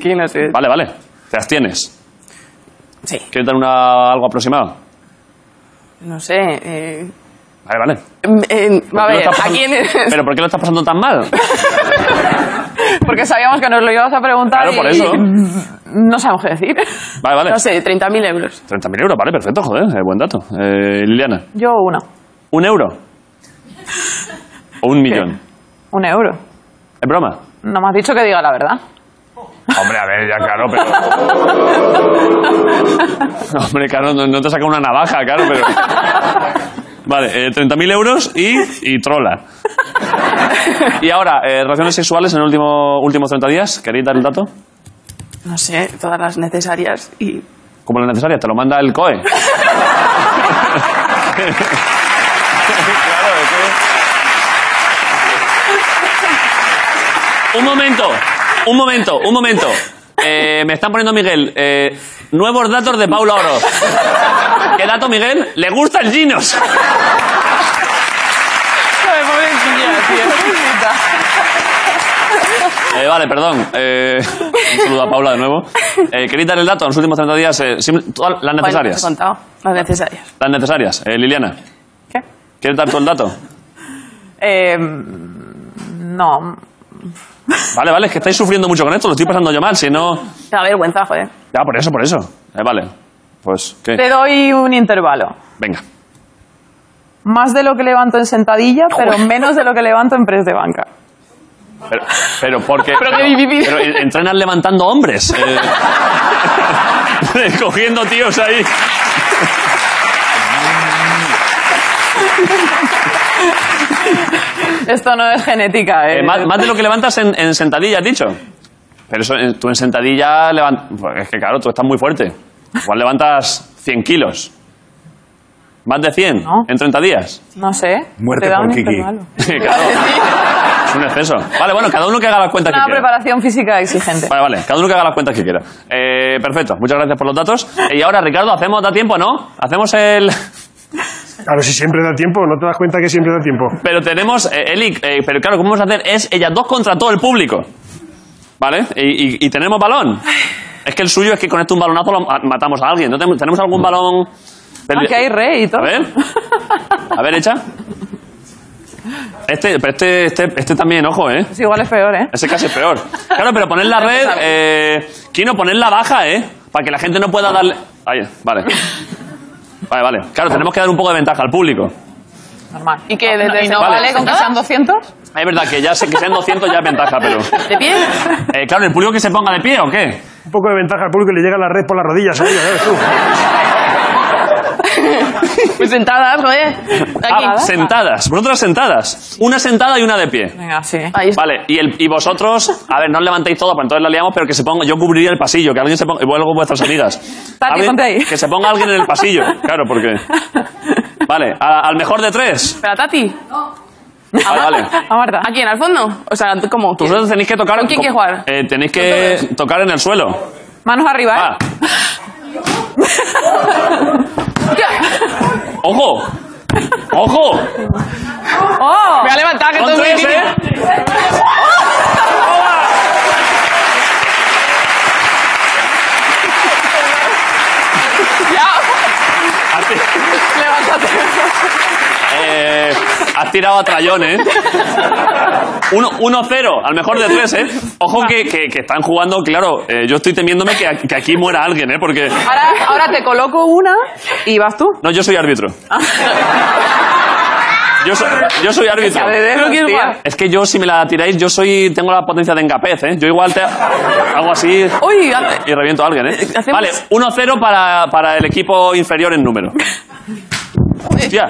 [SPEAKER 5] ¿Quién no
[SPEAKER 4] Eh.
[SPEAKER 5] sé?
[SPEAKER 1] Vale, vale. Te abstienes.
[SPEAKER 5] Sí.
[SPEAKER 1] ¿Quieres dar una, algo aproximado?
[SPEAKER 5] No sé. eh,
[SPEAKER 1] Vale, vale.
[SPEAKER 5] em, em,
[SPEAKER 4] Pues
[SPEAKER 1] ¿Por
[SPEAKER 5] a
[SPEAKER 1] qué lo
[SPEAKER 5] ver,
[SPEAKER 1] estás
[SPEAKER 5] ¿a
[SPEAKER 1] pasando-
[SPEAKER 5] quién es? [LAUGHS]
[SPEAKER 1] ¿Pero por qué lo estás pasando tan mal?
[SPEAKER 4] Porque sabíamos que nos lo ibas a preguntar.
[SPEAKER 1] Claro,
[SPEAKER 4] y-
[SPEAKER 5] [LAUGHS]
[SPEAKER 1] por eso.
[SPEAKER 4] No sabemos qué decir.
[SPEAKER 1] Vale, vale.
[SPEAKER 4] No sé, 30.000 euros.
[SPEAKER 1] 30.000 euros, vale, perfecto, joder, eh, buen dato. Eh, Liliana,
[SPEAKER 4] Yo uno.
[SPEAKER 1] ¿un euro? ¿O un millón?
[SPEAKER 5] [LAUGHS]
[SPEAKER 4] Un euro.
[SPEAKER 1] ¿Es broma?
[SPEAKER 4] No me has dicho que diga la verdad.
[SPEAKER 1] Hombre, a ver, ya claro, pero... No, hombre, claro, no, no te saca una navaja, claro,
[SPEAKER 5] [LAUGHS]
[SPEAKER 1] pero... Vale, eh, 30.000 euros y, y trola. Y ahora, eh, relaciones sexuales en los último, últimos 30 días, ¿queréis dar el dato?
[SPEAKER 5] No sé, todas las necesarias y.
[SPEAKER 1] Como lo necesario, te lo manda el COE. Un momento, un momento, un momento. Eh, me están poniendo Miguel. eh, nuevos datos de Paula Oro. ¿Qué dato, Miguel? Le gustan Ginos.
[SPEAKER 4] Joder, pobrecilla, tío. Pobrecita.
[SPEAKER 1] Eh, vale, perdón. Eh, un saludo a Paula de nuevo. Eh, ¿Queréis dar el dato en los últimos 30 días? eh, sim- todas las
[SPEAKER 5] Bueno, te he
[SPEAKER 1] necesarias.
[SPEAKER 5] contado. Las necesarias.
[SPEAKER 1] Las necesarias. Eh, Liliana.
[SPEAKER 4] ¿Qué?
[SPEAKER 1] ¿Quieres dar tú el dato?
[SPEAKER 4] Eh, no.
[SPEAKER 1] Vale, vale, es que estáis sufriendo mucho con esto, lo estoy pasando yo mal, si no...
[SPEAKER 4] Te da vergüenza, joder.
[SPEAKER 1] Ya, por eso, por eso. Eh, vale. Pues, ¿qué?
[SPEAKER 4] Te doy un intervalo.
[SPEAKER 1] Venga.
[SPEAKER 4] Más de lo que levanto
[SPEAKER 1] [LAUGHS]
[SPEAKER 4] en sentadilla, pero menos de lo que levanto en press de banca.
[SPEAKER 1] Pero, pero porque...
[SPEAKER 4] [LAUGHS] Pero que vi- vi-
[SPEAKER 1] pero en- entrenas levantando hombres. eh. [LAUGHS] cogiendo tíos ahí. Eh,
[SPEAKER 4] Esto no es genética, eh.
[SPEAKER 1] Eh, más, más de lo que levantas en, en sentadilla, has dicho. Pero eso, en- tú en sentadilla levantas... Es que claro, tú estás muy fuerte. Igual levantas 100 kilos. Más de 100 en 30 días. [LAUGHS]
[SPEAKER 4] No sé.
[SPEAKER 1] Muerte
[SPEAKER 4] te da
[SPEAKER 1] por
[SPEAKER 4] un
[SPEAKER 1] Kiki. [LAUGHS]
[SPEAKER 4] intervalo. [LAUGHS]
[SPEAKER 1] claro, es un exceso. Vale, bueno, cada uno que haga las cuentas
[SPEAKER 4] Una
[SPEAKER 1] que quiera.
[SPEAKER 4] preparación física exigente.
[SPEAKER 1] Vale, vale, cada uno que haga las cuentas que quiera. Eh, perfecto, muchas gracias por los datos. Eh, Y ahora, Ricardo, hacemos, da tiempo, ¿no? Hacemos el... [LAUGHS]
[SPEAKER 2] Claro, si siempre da tiempo, ¿no te das cuenta que siempre da tiempo?
[SPEAKER 1] Pero tenemos, eh, Eli, eh, pero claro, ¿cómo vamos a hacer? Es ellas dos contra todo el público. ¿Vale? Y, y- y tenemos balón. Es que el suyo es que con este un balonazo lo ma- matamos a alguien. ¿No tenemos, tenemos algún balón? Pero-
[SPEAKER 4] Ah, que hay rey y todo.
[SPEAKER 1] A ver. A ver, echa. Este, pero este, este, este también, ojo, ¿eh?
[SPEAKER 4] Pues igual [LAUGHS] es peor, eh.
[SPEAKER 1] Ese casi es peor. Claro, pero poner la red, eh, Kino, poner la baja, ¿eh? Para que la gente no pueda darle... Ahí, vale. Vale, vale. Claro, tenemos que dar un poco de ventaja al público.
[SPEAKER 4] Normal. ¿Y que desde
[SPEAKER 5] ¿Y no
[SPEAKER 4] vale,
[SPEAKER 5] vale
[SPEAKER 4] con que sean 200?
[SPEAKER 1] Es verdad que ya sé que sean 200 ya es ventaja, pero...
[SPEAKER 4] ¿De [LAUGHS] pie?
[SPEAKER 1] Eh, claro, ¿el público que se ponga de pie o qué?
[SPEAKER 2] Un poco de ventaja al público, le llega la red por las rodillas. ahí, ¿sabes tú?
[SPEAKER 5] Pues sentadas, joder. Aquí.
[SPEAKER 1] Ah, sentadas. Vosotras sentadas. Una sentada y una de pie.
[SPEAKER 4] Venga, sí.
[SPEAKER 1] Vale, y, el, y vosotros... A ver, no os levantéis todo, pues entonces la liamos, pero que se ponga... Yo cubriría el pasillo, que alguien se ponga... Igual con vuestras amigas.
[SPEAKER 4] Tati,
[SPEAKER 1] Alguien-
[SPEAKER 4] ponte ahí.
[SPEAKER 1] Que se ponga alguien en el
[SPEAKER 4] [LAUGHS]
[SPEAKER 1] pasillo. Claro, porque... Vale, a- al mejor de tres.
[SPEAKER 4] Espera, Tati.
[SPEAKER 1] Ah, vale.
[SPEAKER 4] ¿A Marta? ¿A quién? ¿Al fondo? O sea, ¿cómo?
[SPEAKER 1] Vosotros tenéis que tocar.
[SPEAKER 4] ¿Con quién quieres jugar?
[SPEAKER 1] Eh, tenéis que tocar en el suelo. Ah.
[SPEAKER 4] Manos [LAUGHS] arriba, ¿eh?
[SPEAKER 1] ¡Ojo! ¡Ojo!
[SPEAKER 4] ¡Oh! Me ha levantado que
[SPEAKER 1] Son
[SPEAKER 4] estoy muy
[SPEAKER 1] tres,
[SPEAKER 4] [LAUGHS]
[SPEAKER 1] ¿eh?
[SPEAKER 4] tímida. Levántate.
[SPEAKER 1] Eh, has tirado a trayón, ¿eh? 1-0, al mejor de tres, ¿eh? Ojo que, que- que están jugando, claro. eh, yo estoy temiéndome que, aquí- que aquí muera alguien, ¿eh? Porque.
[SPEAKER 4] Ahora, ahora te coloco una y vas tú.
[SPEAKER 1] No, yo soy árbitro.
[SPEAKER 4] Ah.
[SPEAKER 1] Yo soy, yo soy árbitro.
[SPEAKER 4] Sabe de lo que es mal.
[SPEAKER 1] Es que yo, si me la tiráis, yo soy tengo la potencia de engapez, ¿eh? Yo igual te hago así
[SPEAKER 4] Uy, a-
[SPEAKER 1] y reviento a alguien, ¿eh?
[SPEAKER 4] Hacemos-
[SPEAKER 1] Vale, 1-0 para, para el equipo inferior en número. Hostia.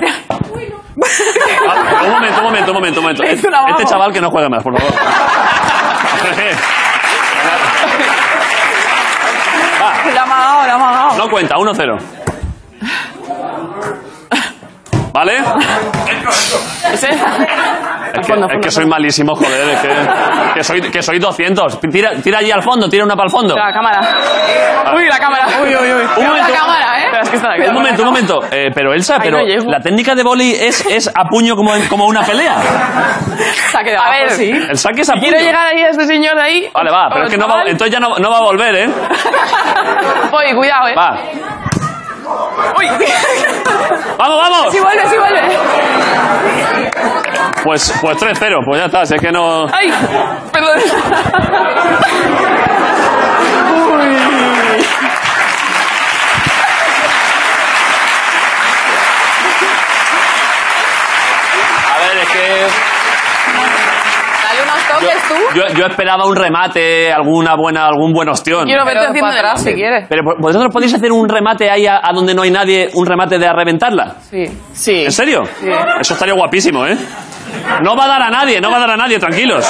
[SPEAKER 1] Ah, un momento, un momento, un momento, un momento.
[SPEAKER 4] Le hizo una
[SPEAKER 1] Este
[SPEAKER 4] vamos.
[SPEAKER 1] chaval que no juega más, por favor. [LAUGHS]
[SPEAKER 4] la ha amagado, la ha amagado.
[SPEAKER 1] No cuenta, 1-0. ¿Vale?
[SPEAKER 4] Ese-
[SPEAKER 1] Es que, es que soy malísimo, joder. Es que, que soy, que soy 200. Tira, tira allí al fondo, tira una para el fondo.
[SPEAKER 4] La cámara. Uy, la cámara. Uy, uy, uy.
[SPEAKER 1] Un momento.
[SPEAKER 4] La cámara, ¿eh? Pero es que está la cámara.
[SPEAKER 1] Un momento, un momento. Eh, pero Elsa,
[SPEAKER 4] Ahí
[SPEAKER 1] pero
[SPEAKER 4] no llego.
[SPEAKER 1] la técnica de boli es, es a puño como, en- como una pelea.
[SPEAKER 4] Se ha quedado. A ver, sí.
[SPEAKER 1] El saque es a puño.
[SPEAKER 4] Quiero llegar ahí a este señor de ahí.
[SPEAKER 1] Vale, va, pero
[SPEAKER 4] Bueno,
[SPEAKER 1] es que no va,
[SPEAKER 4] chaval.
[SPEAKER 1] entonces ya no, no va a volver, ¿eh?
[SPEAKER 4] Voy, cuidado, eh.
[SPEAKER 1] Va.
[SPEAKER 4] [LAUGHS] Uy.
[SPEAKER 1] ¡Vamos, vamos!
[SPEAKER 4] Si vuelve, si vuelve.
[SPEAKER 1] Pues, pues 3-0, pues ya está, si es que no.
[SPEAKER 4] ¡Ay! Perdón. Uy.
[SPEAKER 1] A ver, es que.
[SPEAKER 4] Dale unos toques tú.
[SPEAKER 1] Yo, yo esperaba un remate, alguna buena, algún buen ostión.
[SPEAKER 4] Quiero verte haciendo atrás si quieres.
[SPEAKER 1] Eh, Pero ¿vo- vosotros podéis hacer un remate ahí a, a donde no hay nadie, un remate de a reventarla.
[SPEAKER 4] Sí. Sí.
[SPEAKER 1] ¿En serio?
[SPEAKER 4] Sí.
[SPEAKER 1] Eso estaría guapísimo, ¿eh? No va a dar a nadie, no va a dar a nadie, tranquilos.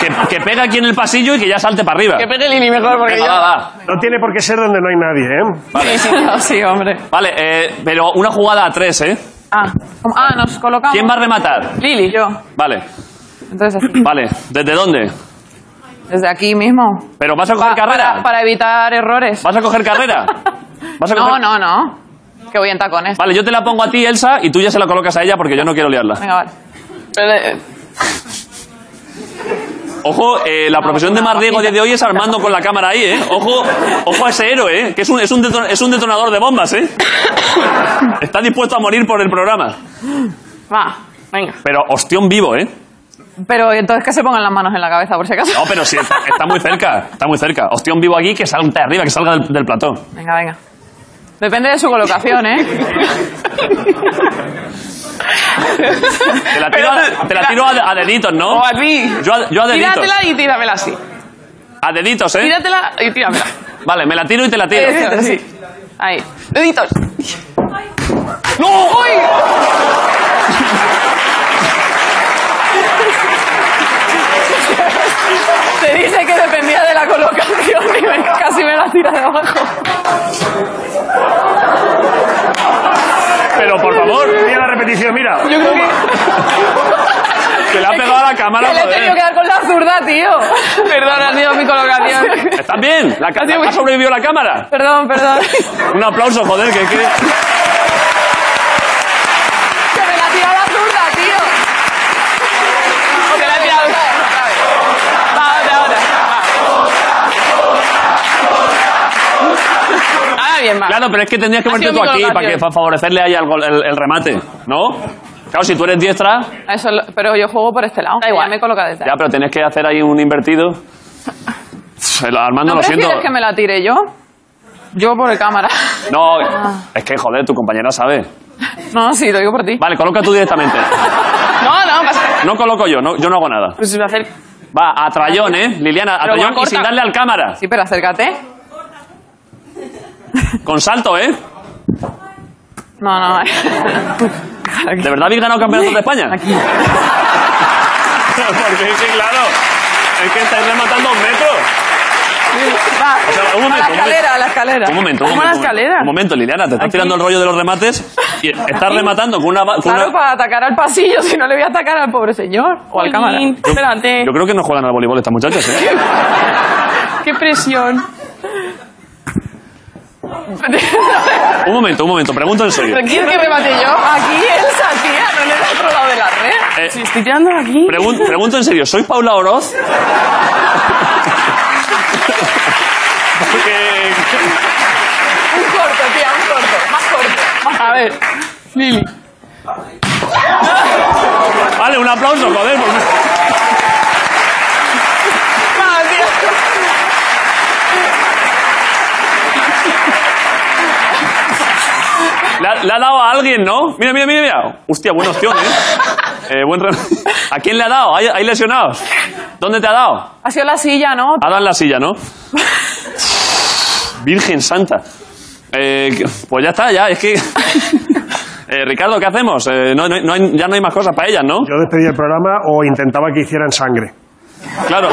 [SPEAKER 1] Que, que pega aquí en el pasillo y que ya salte para arriba.
[SPEAKER 4] Que pegue Lili mejor porque
[SPEAKER 1] Venga,
[SPEAKER 4] yo.
[SPEAKER 1] va, va.
[SPEAKER 2] No tiene por qué ser donde no hay nadie, ¿eh?
[SPEAKER 4] Sí, sí, no, sí, hombre.
[SPEAKER 1] Vale, eh, pero una jugada a tres, ¿eh?
[SPEAKER 4] Ah, ¿cómo? ah, nos colocamos.
[SPEAKER 1] ¿Quién va a rematar?
[SPEAKER 4] Lili. Yo.
[SPEAKER 1] Vale,
[SPEAKER 4] Entonces, así.
[SPEAKER 1] vale. ¿Desde dónde?
[SPEAKER 4] Desde aquí mismo.
[SPEAKER 1] ¿Pero vas a coger
[SPEAKER 4] Para,
[SPEAKER 1] carrera?
[SPEAKER 4] para evitar errores.
[SPEAKER 1] ¿Vas a coger carrera? ¿Vas a
[SPEAKER 4] No,
[SPEAKER 1] coger-
[SPEAKER 4] no, no. Que voy en tacones.
[SPEAKER 1] Vale, yo te la pongo a ti, Elsa, y tú ya se la colocas a ella porque yo no quiero liarla.
[SPEAKER 4] Venga, vale. Pero, eh,
[SPEAKER 1] Ojo, eh, la profesión de más riesgo de hoy es Armando con la cámara ahí, ¿eh? Ojo, ojo a ese héroe, ¿eh? Que es un, es un, deton- es un detonador de bombas, ¿eh? Está dispuesto a morir por el programa.
[SPEAKER 4] va, venga.
[SPEAKER 1] Pero ostión vivo, ¿eh?
[SPEAKER 4] Pero entonces que se pongan las manos en la cabeza, por si acaso.
[SPEAKER 1] No, pero sí, está, está
[SPEAKER 4] [LAUGHS]
[SPEAKER 1] muy cerca, está muy cerca. Ostión vivo aquí, que salte arriba, que salga del, del plató.
[SPEAKER 4] Venga, venga. Depende de su colocación, ¿eh?
[SPEAKER 1] Te la tiro, a, te la tiro a, a deditos, ¿no?
[SPEAKER 4] [LAUGHS] O a ti.
[SPEAKER 1] Yo a, yo a deditos. ¿Eh?
[SPEAKER 4] Tíratela y tíramela así.
[SPEAKER 1] A deditos, ¿eh?
[SPEAKER 4] Tíratela y
[SPEAKER 1] [LAUGHS]
[SPEAKER 4] tíramela.
[SPEAKER 1] Vale, me la tiro y te la tiro.
[SPEAKER 4] Eso, sí. Ahí. Deditos.
[SPEAKER 1] ¡No!
[SPEAKER 4] ¡Uy! Te dije que dependía de la colocación y me- casi me la tira de abajo.
[SPEAKER 1] Pero por favor,
[SPEAKER 2] Mira la repetición, mira.
[SPEAKER 4] Yo creo que,
[SPEAKER 1] que le ha pegado a la cámara,
[SPEAKER 4] [LAUGHS] que le he
[SPEAKER 1] joder.
[SPEAKER 4] tenido que dar con la zurda,
[SPEAKER 1] [LAUGHS]
[SPEAKER 4] tío. Perdón, ha sido mi colocación.
[SPEAKER 1] ¿Estás bien? ¿La, ca- la- ha sobrevivido la cámara?
[SPEAKER 4] [LAUGHS] Perdón,
[SPEAKER 1] [LAUGHS]
[SPEAKER 4] perdón.
[SPEAKER 1] Un aplauso, joder, que... que...
[SPEAKER 4] Que me la tira la zurda, tío. Que la tira la zurda. Va, otra, otra. Va. Ahora bien, va.
[SPEAKER 1] Claro, pero es que tendrías que
[SPEAKER 4] Ha
[SPEAKER 1] ponerte
[SPEAKER 4] sido
[SPEAKER 1] tú
[SPEAKER 4] mi
[SPEAKER 1] aquí para, que,
[SPEAKER 4] colocación.
[SPEAKER 1] para favorecerle ahí al gol- el, el remate, ¿no? Claro, si tú eres diestra,
[SPEAKER 4] Eso lo- pero yo juego por este lado. Da igual, me coloca desde
[SPEAKER 1] ya, pero tenés que hacer ahí un invertido. El- Armando,
[SPEAKER 4] ¿No
[SPEAKER 1] lo siento.
[SPEAKER 4] prefieres que me la tire yo? Yo por el cámara. [LAUGHS]
[SPEAKER 1] No,
[SPEAKER 4] Ah.
[SPEAKER 1] es que, joder, tu compañera sabe.
[SPEAKER 4] No, sí, lo digo por ti.
[SPEAKER 1] Vale, coloca tú directamente.
[SPEAKER 4] [LAUGHS] No, no, pasa.
[SPEAKER 1] No coloco yo, no, yo no hago nada.
[SPEAKER 4] Pues va a hacer...
[SPEAKER 1] Va, a trayón, ¿eh? Liliana, a
[SPEAKER 4] Pero
[SPEAKER 1] trayón y
[SPEAKER 4] corta.
[SPEAKER 1] sin darle al cámara.
[SPEAKER 4] Sí, pero acércate.
[SPEAKER 1] Con salto, ¿eh?
[SPEAKER 4] No, no. [LAUGHS]
[SPEAKER 1] ¿De verdad habéis ganado campeonatos de España? Porque es que, claro, es que estáis rematando un metro.
[SPEAKER 4] Va.
[SPEAKER 1] O sea, un momento, un
[SPEAKER 4] a la escalera,
[SPEAKER 1] momento.
[SPEAKER 4] a la escalera.
[SPEAKER 1] Un momento, un momento.
[SPEAKER 4] Vamos a la
[SPEAKER 1] un momento.
[SPEAKER 4] escalera.
[SPEAKER 1] Un momento, Liliana, te estás
[SPEAKER 4] Aquí.
[SPEAKER 1] tirando el rollo de los remates
[SPEAKER 4] [LAUGHS]
[SPEAKER 1] y estás
[SPEAKER 4] Aquí.
[SPEAKER 1] rematando con una. ba- con
[SPEAKER 4] Claro,
[SPEAKER 1] una-
[SPEAKER 4] para atacar al pasillo, [LAUGHS] si no le voy a atacar al pobre señor. O al cámara. Espérate.
[SPEAKER 1] Yo creo que no juegan al voleibol estas muchachas, ¿eh?
[SPEAKER 4] Qué presión.
[SPEAKER 1] Un momento, un momento, pregunto en serio.
[SPEAKER 4] ¿Pero [LAUGHS] ¿Quieres que me mate yo? Aquí, Elsa, tía, no le he otro lado de la red.
[SPEAKER 1] Eh,
[SPEAKER 4] Si estoy tirando aquí.
[SPEAKER 1] pregun- pregunto en serio, ¿soy Paula Oroz? Porque-
[SPEAKER 4] Un corto, tía, un corto. Más corto. Más- A ver, Lili.
[SPEAKER 1] Vale, un aplauso, joder. pues por-
[SPEAKER 4] Ah, tía.
[SPEAKER 1] Le ha, le ha dado a alguien, ¿no? Mira, mira, mira, mira. Hostia, buena opción, ¿eh? Eh, buen re- [LAUGHS] ¿A quién le ha dado? ¿Hay, hay lesionados? ¿Dónde te ha dado?
[SPEAKER 4] Ha sido la silla, ¿no?
[SPEAKER 1] Ha dado en la silla, ¿no? Virgen Santa. Eh, que- pues ya está, ya, es que... Eh, Ricardo, ¿qué hacemos? Eh, no- no- no hay- ya no hay más cosas para ellas, ¿no?
[SPEAKER 27] Yo despedí el programa o intentaba que hicieran sangre.
[SPEAKER 1] Claro.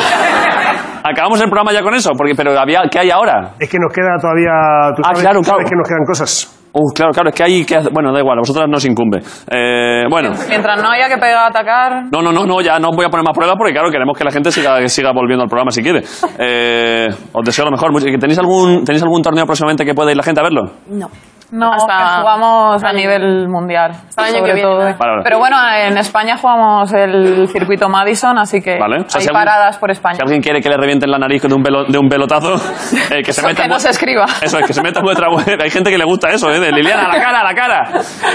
[SPEAKER 1] Acabamos el programa ya con eso, porque, pero había, ¿qué hay ahora?
[SPEAKER 27] Es que nos queda todavía. Tú
[SPEAKER 1] Ah,
[SPEAKER 27] sabes,
[SPEAKER 1] claro,
[SPEAKER 27] tú sabes
[SPEAKER 1] claro.
[SPEAKER 27] que nos quedan cosas.
[SPEAKER 1] Uh, claro, claro, es que hay que... hacer- Bueno, da igual, a vosotras no os incumbe. Eh, bueno.
[SPEAKER 4] Mientras no haya que pegar a atacar.
[SPEAKER 1] No, no, no, no, ya no os voy a poner más pruebas porque, claro, queremos que la gente siga, siga volviendo al programa si quiere. Eh, os deseo lo mejor. Mucho- ¿Tenéis algún, ¿Tenéis algún torneo próximamente que pueda ir la gente a verlo?
[SPEAKER 4] No. No, que jugamos a nivel mundial. Hasta
[SPEAKER 15] el año que viene, ¿no?
[SPEAKER 1] Vale, vale.
[SPEAKER 4] Pero bueno, en España jugamos el circuito Madison, así que
[SPEAKER 1] Vale. O sea,
[SPEAKER 4] hay
[SPEAKER 1] si algún-
[SPEAKER 4] paradas por España.
[SPEAKER 1] Si alguien quiere que le revienten la nariz de un, velo- de un pelotazo, eh, que se
[SPEAKER 4] Eso
[SPEAKER 1] meta.
[SPEAKER 4] que
[SPEAKER 1] en
[SPEAKER 4] no
[SPEAKER 1] vu-
[SPEAKER 4] se escriba.
[SPEAKER 1] Eso es, que se meta en vuestra web. Hay gente que le gusta eso, ¿eh? De Liliana, a la cara, a la cara.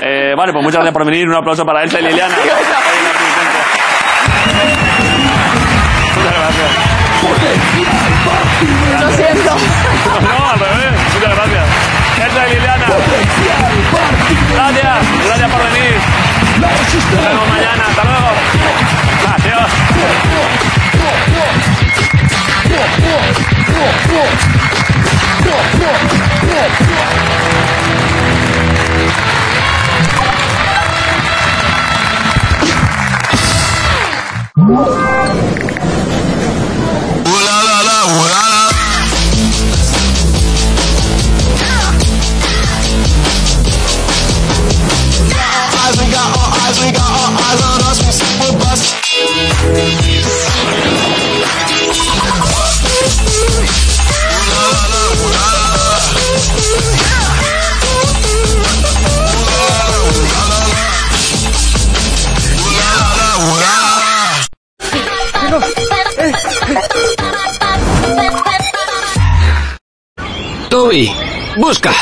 [SPEAKER 1] Eh, vale, pues muchas gracias por venir. Un aplauso para Elsa y
[SPEAKER 4] [LAUGHS]
[SPEAKER 1] Liliana. Muchas gracias.
[SPEAKER 4] [LAUGHS] Lo siento.
[SPEAKER 1] No, al revés. Muchas gracias. Elsa y Liliana. Gracias. Gracias por venir. Nos vemos mañana. Hasta luego. Adiós.
[SPEAKER 28] Eyes, we got all eyes, we got all eyes on us, we super bust.
[SPEAKER 10] Toby, busca.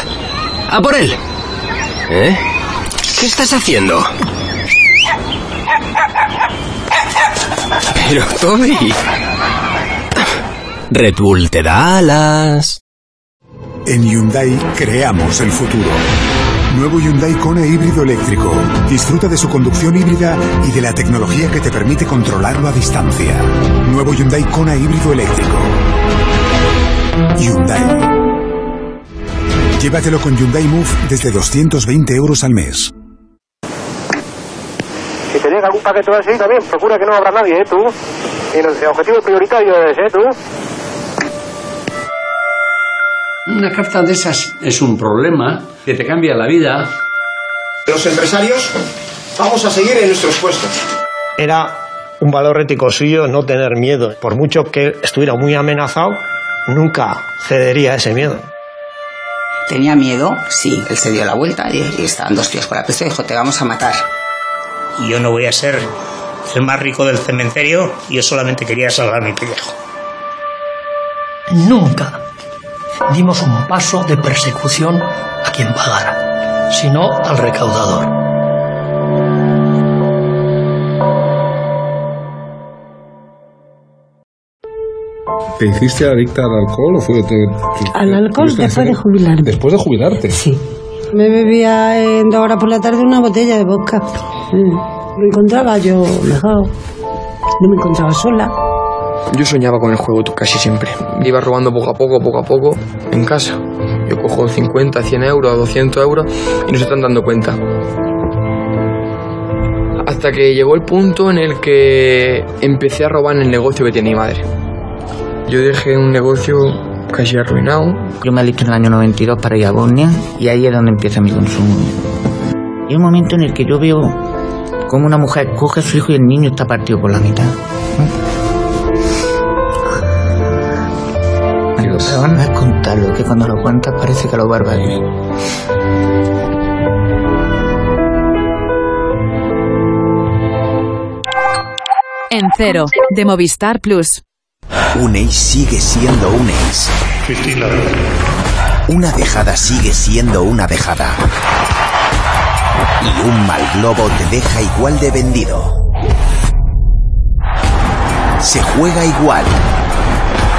[SPEAKER 10] A por él. ¿Eh? ¿Qué estás haciendo? Pero, Toby. Red Bull te da alas.
[SPEAKER 29] En Hyundai creamos el futuro. Nuevo Hyundai Kona híbrido eléctrico. Disfruta de su conducción híbrida y de la tecnología que te permite controlarlo a distancia. Nuevo Hyundai Kona híbrido eléctrico. Hyundai. Llévatelo con Hyundai Move desde 220 euros al mes.
[SPEAKER 30] Si te llega algún paquete así también, procura que no habrá nadie, ¿eh? Tú. Y nuestro objetivo prioritario es, ¿eh? Tú.
[SPEAKER 6] Una carta de esas es un problema que te cambia la vida.
[SPEAKER 31] Los empresarios vamos a seguir en nuestros puestos.
[SPEAKER 2] Era un valor ético suyo no tener miedo. Por mucho que estuviera muy amenazado, nunca cedería a ese miedo.
[SPEAKER 32] ¿Tenía miedo? Sí, él se dio la vuelta y, y estaban dos tíos con la pistola y dijo, te vamos a matar.
[SPEAKER 33] Yo no voy a ser el más rico del cementerio, yo solamente quería salvar mi pellejo.
[SPEAKER 34] Nunca dimos un paso de persecución a quien pagara, sino al recaudador.
[SPEAKER 35] ¿Te hiciste adicta al alcohol o fue te- te-
[SPEAKER 14] Al alcohol
[SPEAKER 35] tuviste
[SPEAKER 14] después de
[SPEAKER 35] necesidad-
[SPEAKER 14] jubilarme.
[SPEAKER 35] Después de jubilarte. Sí.
[SPEAKER 14] Me bebía en dos horas por la tarde una botella de vodka. Mm. Me encontraba yo mejor. No me encontraba sola.
[SPEAKER 26] Yo soñaba con el juego tú casi siempre. Le iba robando poco a poco, poco a poco, en casa. Yo cojo 50, 100 euros, 200 euros y no se están dando cuenta. Hasta que llegó el punto en el que empecé a robar en el negocio que tiene mi madre. Yo dejé un negocio
[SPEAKER 36] casi arruinado.
[SPEAKER 14] Yo me alistro en el año 92 para ir a Bosnia y ahí es donde empieza mi consumo. Y un momento en el que yo veo cómo una mujer coge a su hijo y el niño está partido por la mitad. Lo peor no es contarlo, que cuando lo cuentas parece que lo vuelve a vivir.
[SPEAKER 4] En cero, de Movistar Plus.
[SPEAKER 10] Un ace sigue siendo un ace. Una dejada sigue siendo una dejada. Y un mal globo te deja igual de vendido. Se juega igual,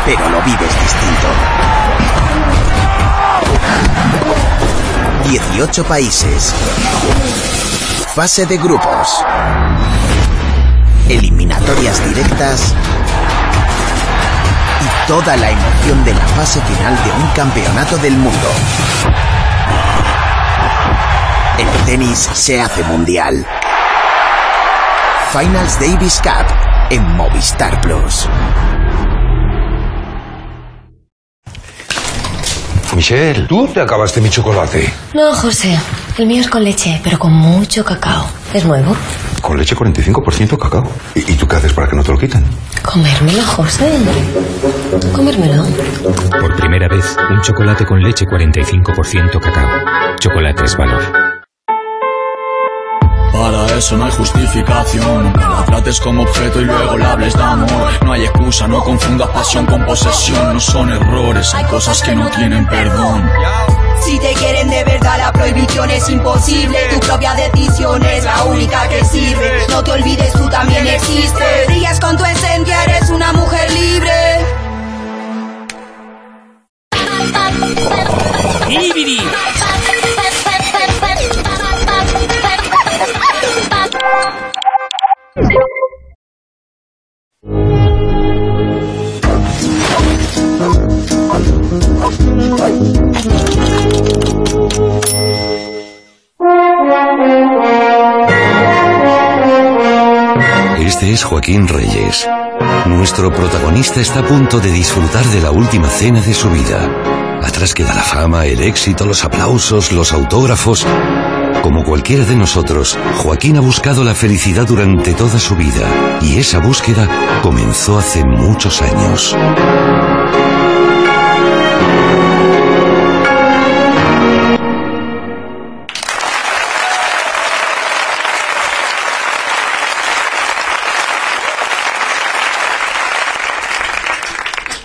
[SPEAKER 10] pero lo vives distinto. 18 países. Fase de grupos. Eliminatorias directas y toda la emoción de la fase final de un campeonato del mundo. El tenis se hace mundial. Finals Davis Cup en Movistar Plus.
[SPEAKER 37] Michelle, tú te acabaste mi chocolate.
[SPEAKER 38] No, José. El mío es con leche, pero con mucho cacao. ¿Es nuevo?
[SPEAKER 37] Con leche 45% cacao. ¿Y, y tú qué haces para que no te lo quiten?
[SPEAKER 38] Comérmelo, José. Comérmelo.
[SPEAKER 6] Por primera vez, un chocolate con leche 45% cacao. Chocolates Valor.
[SPEAKER 39] Para eso no hay justificación. Nunca la trates como objeto y luego la hables de amor. No hay excusa, no confundas pasión con posesión. No son errores, hay cosas que no tienen perdón.
[SPEAKER 40] Si te quieren de verdad la prohibición es imposible Tu propia decisión es la única que sirve No te olvides tú también existes Brillas con tu esencia, eres una mujer libre
[SPEAKER 41] Este es Joaquín Reyes. Nuestro protagonista está a punto de disfrutar de la última cena de su vida. Atrás queda la fama, el éxito, los aplausos, los autógrafos. Como cualquiera de nosotros, Joaquín ha buscado la felicidad durante toda su vida y esa búsqueda comenzó hace muchos años.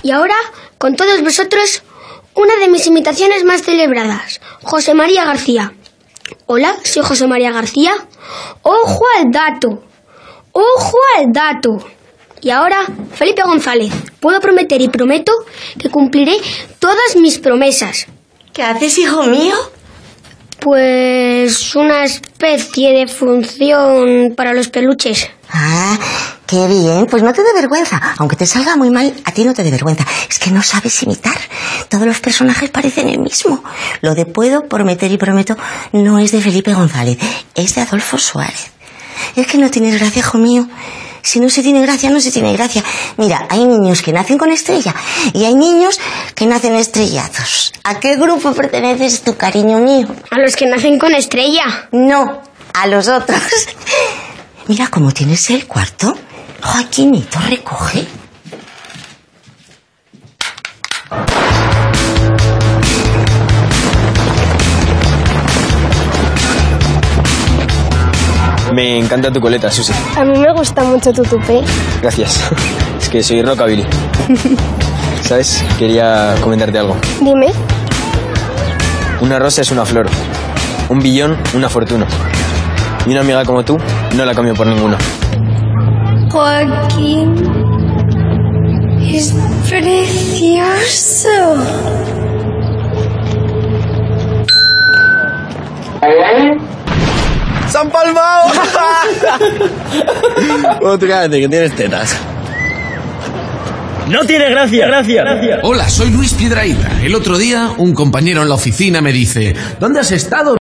[SPEAKER 15] Y ahora, con todos vosotros, una de mis imitaciones más celebradas, José María García. Hola, soy José María García. ¡Ojo al dato! ¡Ojo al dato! Y ahora, Felipe González, puedo prometer y prometo que cumpliré todas mis promesas.
[SPEAKER 26] ¿Qué haces, hijo mío?
[SPEAKER 15] Pues una especie de función para los peluches.
[SPEAKER 26] Ah, qué bien. Pues no te dé vergüenza. Aunque te salga muy mal, a ti no te dé vergüenza. Es que no sabes imitar. Todos los personajes parecen el mismo. Lo de puedo prometer y prometo no es de Felipe González, es de Adolfo Suárez. Es que no tienes gracia, hijo mío. Si no se tiene gracia, no se tiene gracia. Mira, hay niños que nacen con estrella y hay niños que nacen estrellados. ¿A qué grupo perteneces tú, cariño mío?
[SPEAKER 15] A los que nacen con estrella.
[SPEAKER 26] No, a los otros. [LAUGHS] Mira cómo tienes el cuarto. Joaquinito, recoge.
[SPEAKER 1] Me encanta tu coleta, Susi.
[SPEAKER 15] A mí me gusta mucho tu tupé.
[SPEAKER 1] Gracias. Es que soy rockabilly. ¿Sabes? Quería comentarte algo.
[SPEAKER 15] Dime.
[SPEAKER 1] Una rosa es una flor. Un billón, una fortuna. Y una amiga como tú no la cambio por ninguno.
[SPEAKER 15] Joaquín es precioso.
[SPEAKER 1] ¡Se han [LAUGHS] palmado! Bueno, tú cállate, que tienes tetas.
[SPEAKER 42] No tiene gracia, gracias.
[SPEAKER 43] Hola, soy Luis Piedraíta. El otro día, un compañero en la oficina me dice, ¿dónde has estado?